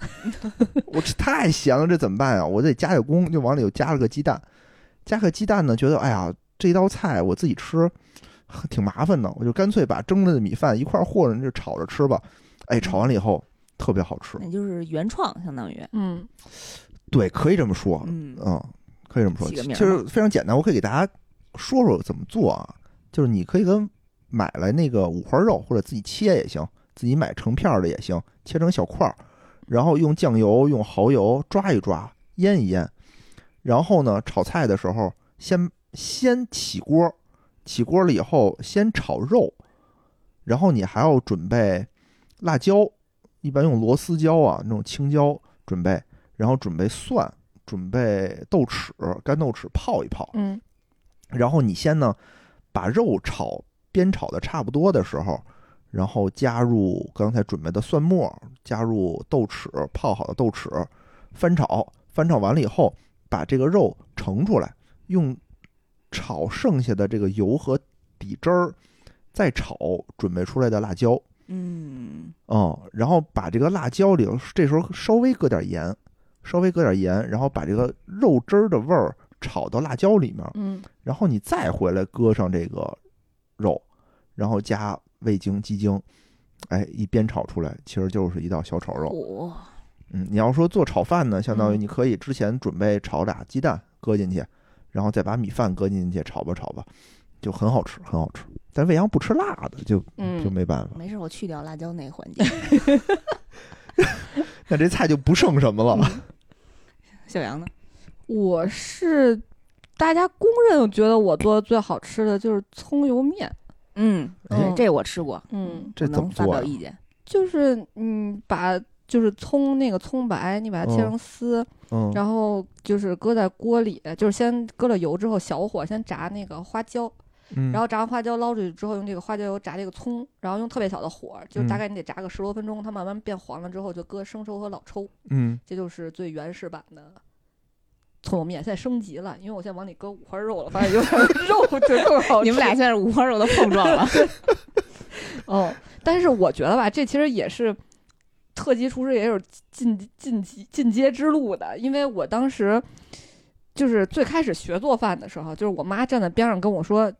我这太咸了，这怎么办呀？我得加点工，就往里又加了个鸡蛋，加个鸡蛋呢，觉得哎呀，这道菜我自己吃呵挺麻烦的，我就干脆把蒸着的米饭一块儿和着，就炒着吃吧。哎，炒完了以后特别好吃，那就是原创，相当于，嗯，对，可以这么说，嗯，嗯，可以这么说，起个其名儿实吧非常简单，我可以给大家说说怎么做啊。就是你可以跟买来那个五花肉，或者自己切也行，自己买成片儿的也行，切成小块儿，然后用酱油、用蚝油抓一抓，腌一腌。然后呢，炒菜的时候先先起锅，起锅了以后先炒肉，然后你还要准备辣椒，一般用螺丝椒啊那种青椒准备，然后准备蒜，准备豆豉、干豆豉泡一泡，嗯，然后你先呢把肉炒煸炒的差不多的时候，然后加入刚才准备的蒜末，加入豆豉泡好的豆豉，翻炒，翻炒完了以后，把这个肉盛出来，用炒剩下的这个油和底汁儿再炒准备出来的辣椒，嗯，嗯，然后把这个辣椒里，这时候稍微搁点盐，稍微搁点盐，然后把这个肉汁儿的味儿炒到辣椒里面，嗯，然后你再回来搁上这个肉，然后加味精、鸡精，哎，一煸炒出来，其实就是一道小炒肉。哦，嗯，你要说做炒饭呢，相当于嗯你可以之前准备炒俩鸡蛋搁进去，然后再把米饭搁进去炒吧炒吧，就很好吃，很好吃。但未央不吃辣的，就嗯就没办法，没事，我去掉辣椒那个环节。那这菜就不剩什么了。 小杨呢？我是大家公认觉得我做的最好吃的就是葱油面。嗯，哎这我吃过，嗯，这我怎么能发做表呀意见？就是嗯，把就是葱那个葱白，你把它切嗯成丝，嗯，然后就是搁在锅里，就是先搁了油之后，小火先炸那个花椒，嗯然后炸完花椒捞出去之后，用这个花椒油炸这个葱，然后用特别小的火，就是大嗯概你得炸个十多分钟，它慢慢变黄了之后，就搁生抽和老抽，嗯，这就是最原始版的。葱油面现在升级了，因为我现在往里搁五花肉了，发现有点肉就 更好你吃。们俩现在是五花肉的碰撞 了，哦，但是我觉得吧，这其实也是特级厨师也有进进级进阶之路的，因为我当时就是最开始学做饭的时候，就是我妈站在边上跟我说：“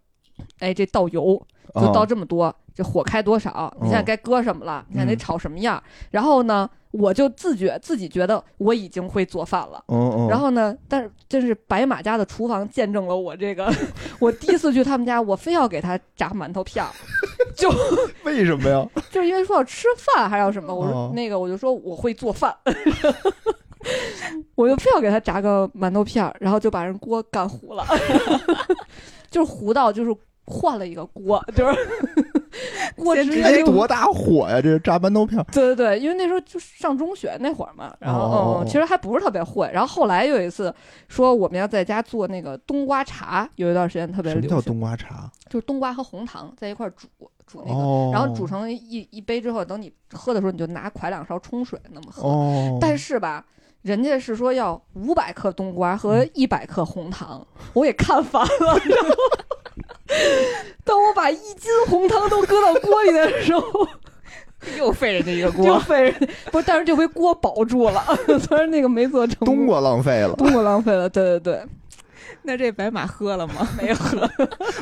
哎，这倒油就啊倒这么多，这火开多少？你现在哦该搁什么了？你看得嗯炒什么样？”然后呢，我就自觉自己觉得我已经会做饭了。嗯嗯，然后呢？但是真是白马家的厨房见证了我这个。 我第一次去他们家，我非要给他炸馒头片儿，就为什么 呀？就是因为说要吃饭还要什么，我说、哦那个我就说我会做饭， 我就非要给他炸个馒头片儿，然后就把人锅干糊了， 就是糊到就是换了一个锅，就是 锅先直直接接开哎就多大火呀？这炸馒头片儿，对对对，因为那时候就上中学那会儿嘛，然后哦哦哦嗯，其实还不是特别会。然后后来有一次说我们要在家做那个冬瓜茶，有一段时间特别什么流叫行，冬瓜茶？就是冬瓜和红糖在一块儿煮煮那个哦，然后煮成一一杯之后，等你喝的时候，你就拿㧟两勺冲水那么喝。哦，但是吧，人家是说要五百克冬瓜和嗯一百克红糖，我也看烦了。然后， 当我把一斤红糖都搁到锅里的时候，又废人家一个就锅。费，不是，但是这回锅保住了， 虽然那个没做成功，冬瓜浪费了。冬瓜浪费了，对对对，那这白马喝了吗？没喝，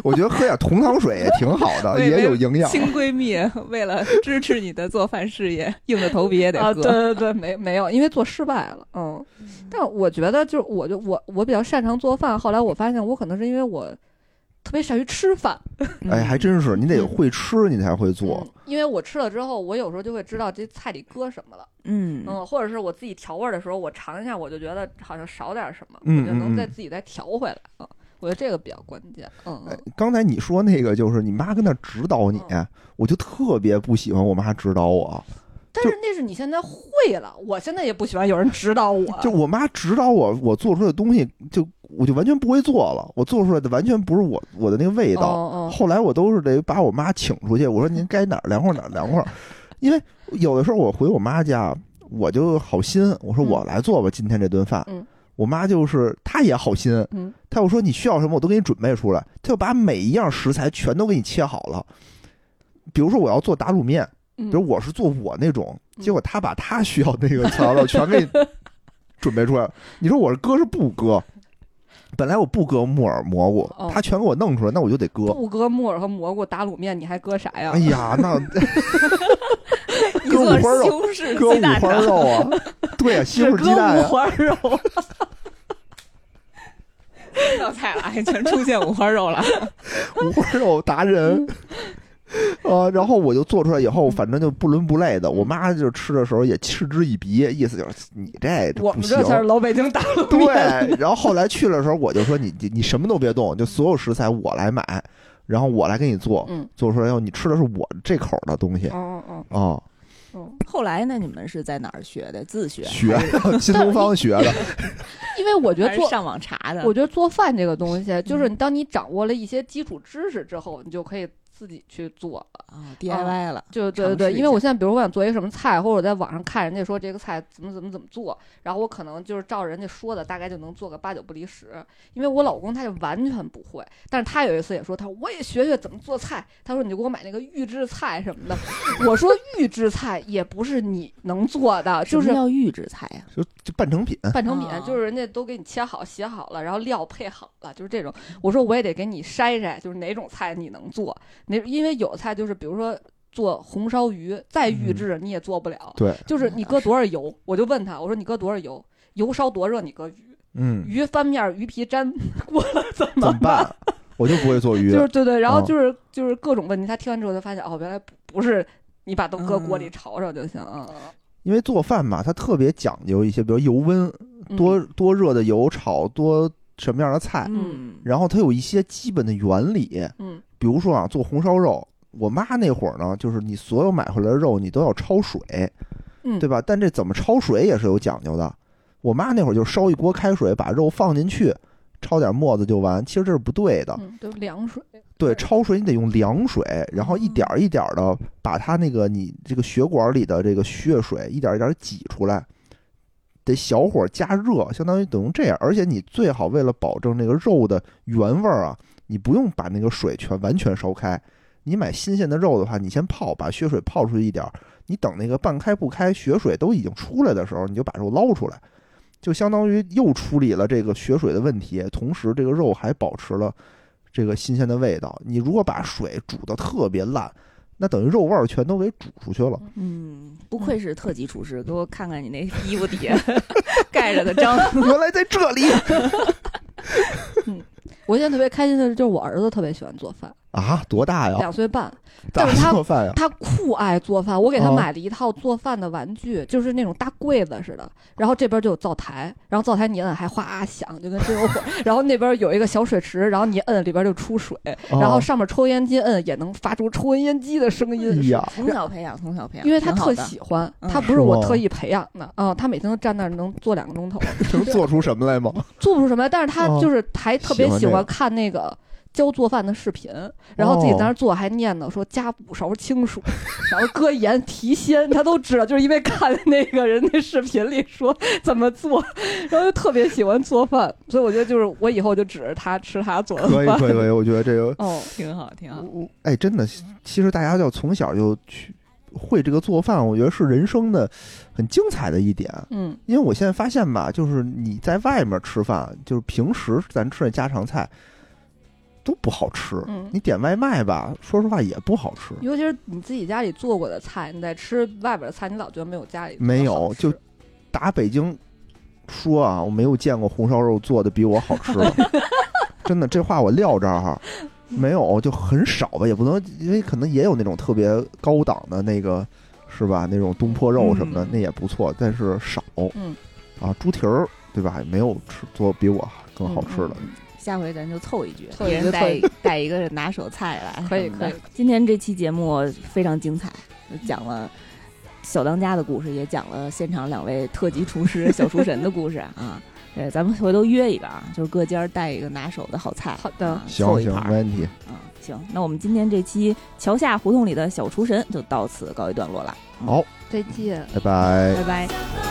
我觉得喝点同糖水也挺好 的，为也有营养。亲闺蜜为了支持你的做饭事业，硬着头皮也得 啊，喝。对对对，没没有，因为做失败了，嗯，但我觉得就是我就我我比较擅长做饭，后来我发现我可能是因为我特别善于吃饭，嗯哎，还真是，你得会吃，你才会做。嗯因为我吃了之后，我有时候就会知道这菜里搁什么了，嗯嗯，或者是我自己调味儿的时候，我尝一下，我就觉得好像少点什么，嗯我就能嗯再嗯自己再调回来啊、嗯我觉得这个比较关键，嗯，哎，刚才你说那个就是你妈跟那指导你，我就特别不喜欢我妈指导啊我。但就是那是你现在会了，我现在也不喜欢有人指导我，就我妈指导我，我做出来的东西就我就完全不会做了，我做出来的完全不是我我的那个味道。哦后来我都是得把我妈请出去，我说您该哪儿凉快哪儿凉快，因为有的时候我回我妈家，我就好心，我说嗯我来做吧，今天这顿饭。嗯我妈就是她也好心，嗯她又说你需要什么我都给你准备出来，她就把每一样食材全都给你切好了。比如说我要做打卤面，嗯比如我是做我那种，嗯结果她把她需要那个材料全 给你准备出来了。你说我是搁是不搁？本来我不搁木耳蘑菇哦，她全给我弄出来，那我就得搁。不搁木耳和蘑菇打卤面，你还搁啥呀？哎呀，那 一搁个五花西肉，红柿搁鸡五蛋花的，肉啊，对 呀、西只红柿搁鸡蛋啊五呀、花肉，到菜了，哎全出现五花肉了。五花肉达人。嗯 呃，然后我就做出来以后，反正就不伦不类的。我妈就吃的时候也嗤之以鼻，意思就是你这这我不们行这。才是老北京打卤对面。， 然后后来去的时候，我就说你你你什么都别动，就所有食材我来买，然后我来给你做，嗯，做出来以后你吃的是我这口儿的东西啊、哦哦哦哦， 后来呢？你们是在哪儿学的？自学？啊学 新东方学的，因为我觉还得是做，上网查的我，觉得做饭这个东西，就是你当你掌握了一些基础知识之后，你就可以自己去做了。哦啊 DIY 了。就对尝对对，试一因为下我现在比如我想做一个什么菜，或者我在网上看人家说这个菜怎么怎么怎么做，然后我可能就是照人家说的，大概就能做个八九不离十。因为我老公他就完全不会，但是他有一次也说，他说我也学学怎么做菜，他说你就给我买那个预制菜什么的。 我说预制菜也不是你能做的，就什是么叫预制菜啊呀、就就半成品。 半成品啊，就是人家都给你切好、写好了，然后料配好了，就是这种。我说我也得给你筛筛，就是哪种菜你能做，哪因为有菜就是比如说做红烧鱼，再预制你也做不了。嗯对，就是你搁多少油，我就问他，我说你搁多少油，油烧多热你搁鱼，嗯，鱼翻面儿鱼皮粘过了怎怎么么？办？我就不会做鱼，就是对对，然后哦就是就是各种问题，他听完之后就发现哦，原来不不是你把都嗯搁锅里炒炒就行啊，因为做饭嘛，它特别讲究一些，比如油温，嗯多多热的油炒多什么样的菜，嗯，然后它有一些基本的原理，嗯比如说啊，做红烧肉。我妈那会儿呢，就是你所有买回来的肉，你都要焯水，嗯对吧？但这怎么焯水也是有讲究的。我妈那会儿就烧一锅开水，把肉放进去，焯点沫子就完。其实这是不对的，嗯，都凉水，对，焯水你得用凉水，然后一点儿一点的把它那个你这个血管里的这个血水一点儿一点儿挤出来，得小火加热，相当于等于这样。而且你最好为了保证那个肉的原味儿啊，你不用把那个水全完全烧开。你买新鲜的肉的话，你先泡，把血水泡出去一点儿，你等那个半开不开，血水都已经出来的时候，你就把肉捞出来，就相当于又处理了这个血水的问题，同时这个肉还保持了这个新鲜的味道。你如果把水煮得特别烂，那等于肉味儿全都给煮出去了。 嗯，不愧是特级厨师，给我看看你那衣 服底下盖着的章。原来在这里我现在特别开心的是，就是我儿子特别喜欢做饭，啊，多 大呀？两岁半，咋但是他做饭呀？他酷爱做饭。我给他哦买了一套做饭的玩具，就是那种大柜子似的，然后这边就有灶台，然后灶台你摁还哗啊响，就跟真有火，然后那边有一个小水池，然后你摁里边就出水， 然后啊上面抽烟机摁也能发出抽烟机的声哎音。呀，从小培养，从小培养，因为他挺好特的喜欢，嗯他不是是我吗特意培养的啊、他每天都站那儿能坐两个钟头，能做出什么来 吗？做不出什么来，但是他哦就是还特别喜欢喜这欢个看那个教做饭的视频，然后自哦己在那儿做还念叨说加五勺清水， 然后搁盐提鲜，他都知道，就是因为看那个人那视频里说怎么做， 然后就特别喜欢做饭，所以我觉得就是我以后就指着他吃他做的可以饭。 可以可以，我觉得这个哦，挺好，挺好。哎，真的，其实大家要从小就去会这个做饭，我觉得是人生的很精彩的一点。嗯因为我现在发现吧，就是你在外面吃饭，就是平时咱吃的家常菜都不好吃，嗯，你点外卖吧，说实话也不好吃。尤其是你自己家里做过的菜，你在吃外边的菜，你老觉得没有家里做的没好有，吃就打北京说啊，我没有见过红烧肉做的比我好吃 的，真的，这话我撂这儿哈。嗯没有，就很少吧，也不能，因为可能也有那种特别高档的那个，是吧？那种东坡肉什么的，嗯那也不错，但是少。嗯，啊，猪蹄儿，对吧？也没有吃做比我更好吃的。嗯嗯下回咱就凑一局，凑一一局人凑带一 带一个拿手菜来，可以什么的可以。今天这期节目非常精彩，讲了小当家的故事，也讲了现场两位特级厨师小厨神的故事 啊。对，咱们回头约一个啊，就是各家带一个拿手的好菜，好的啊行凑一行盘，没儿问题。啊。行，那我们今天这期桥下嗯胡同里的小厨神就到此告一段落了。好，再见。拜拜拜拜。 「空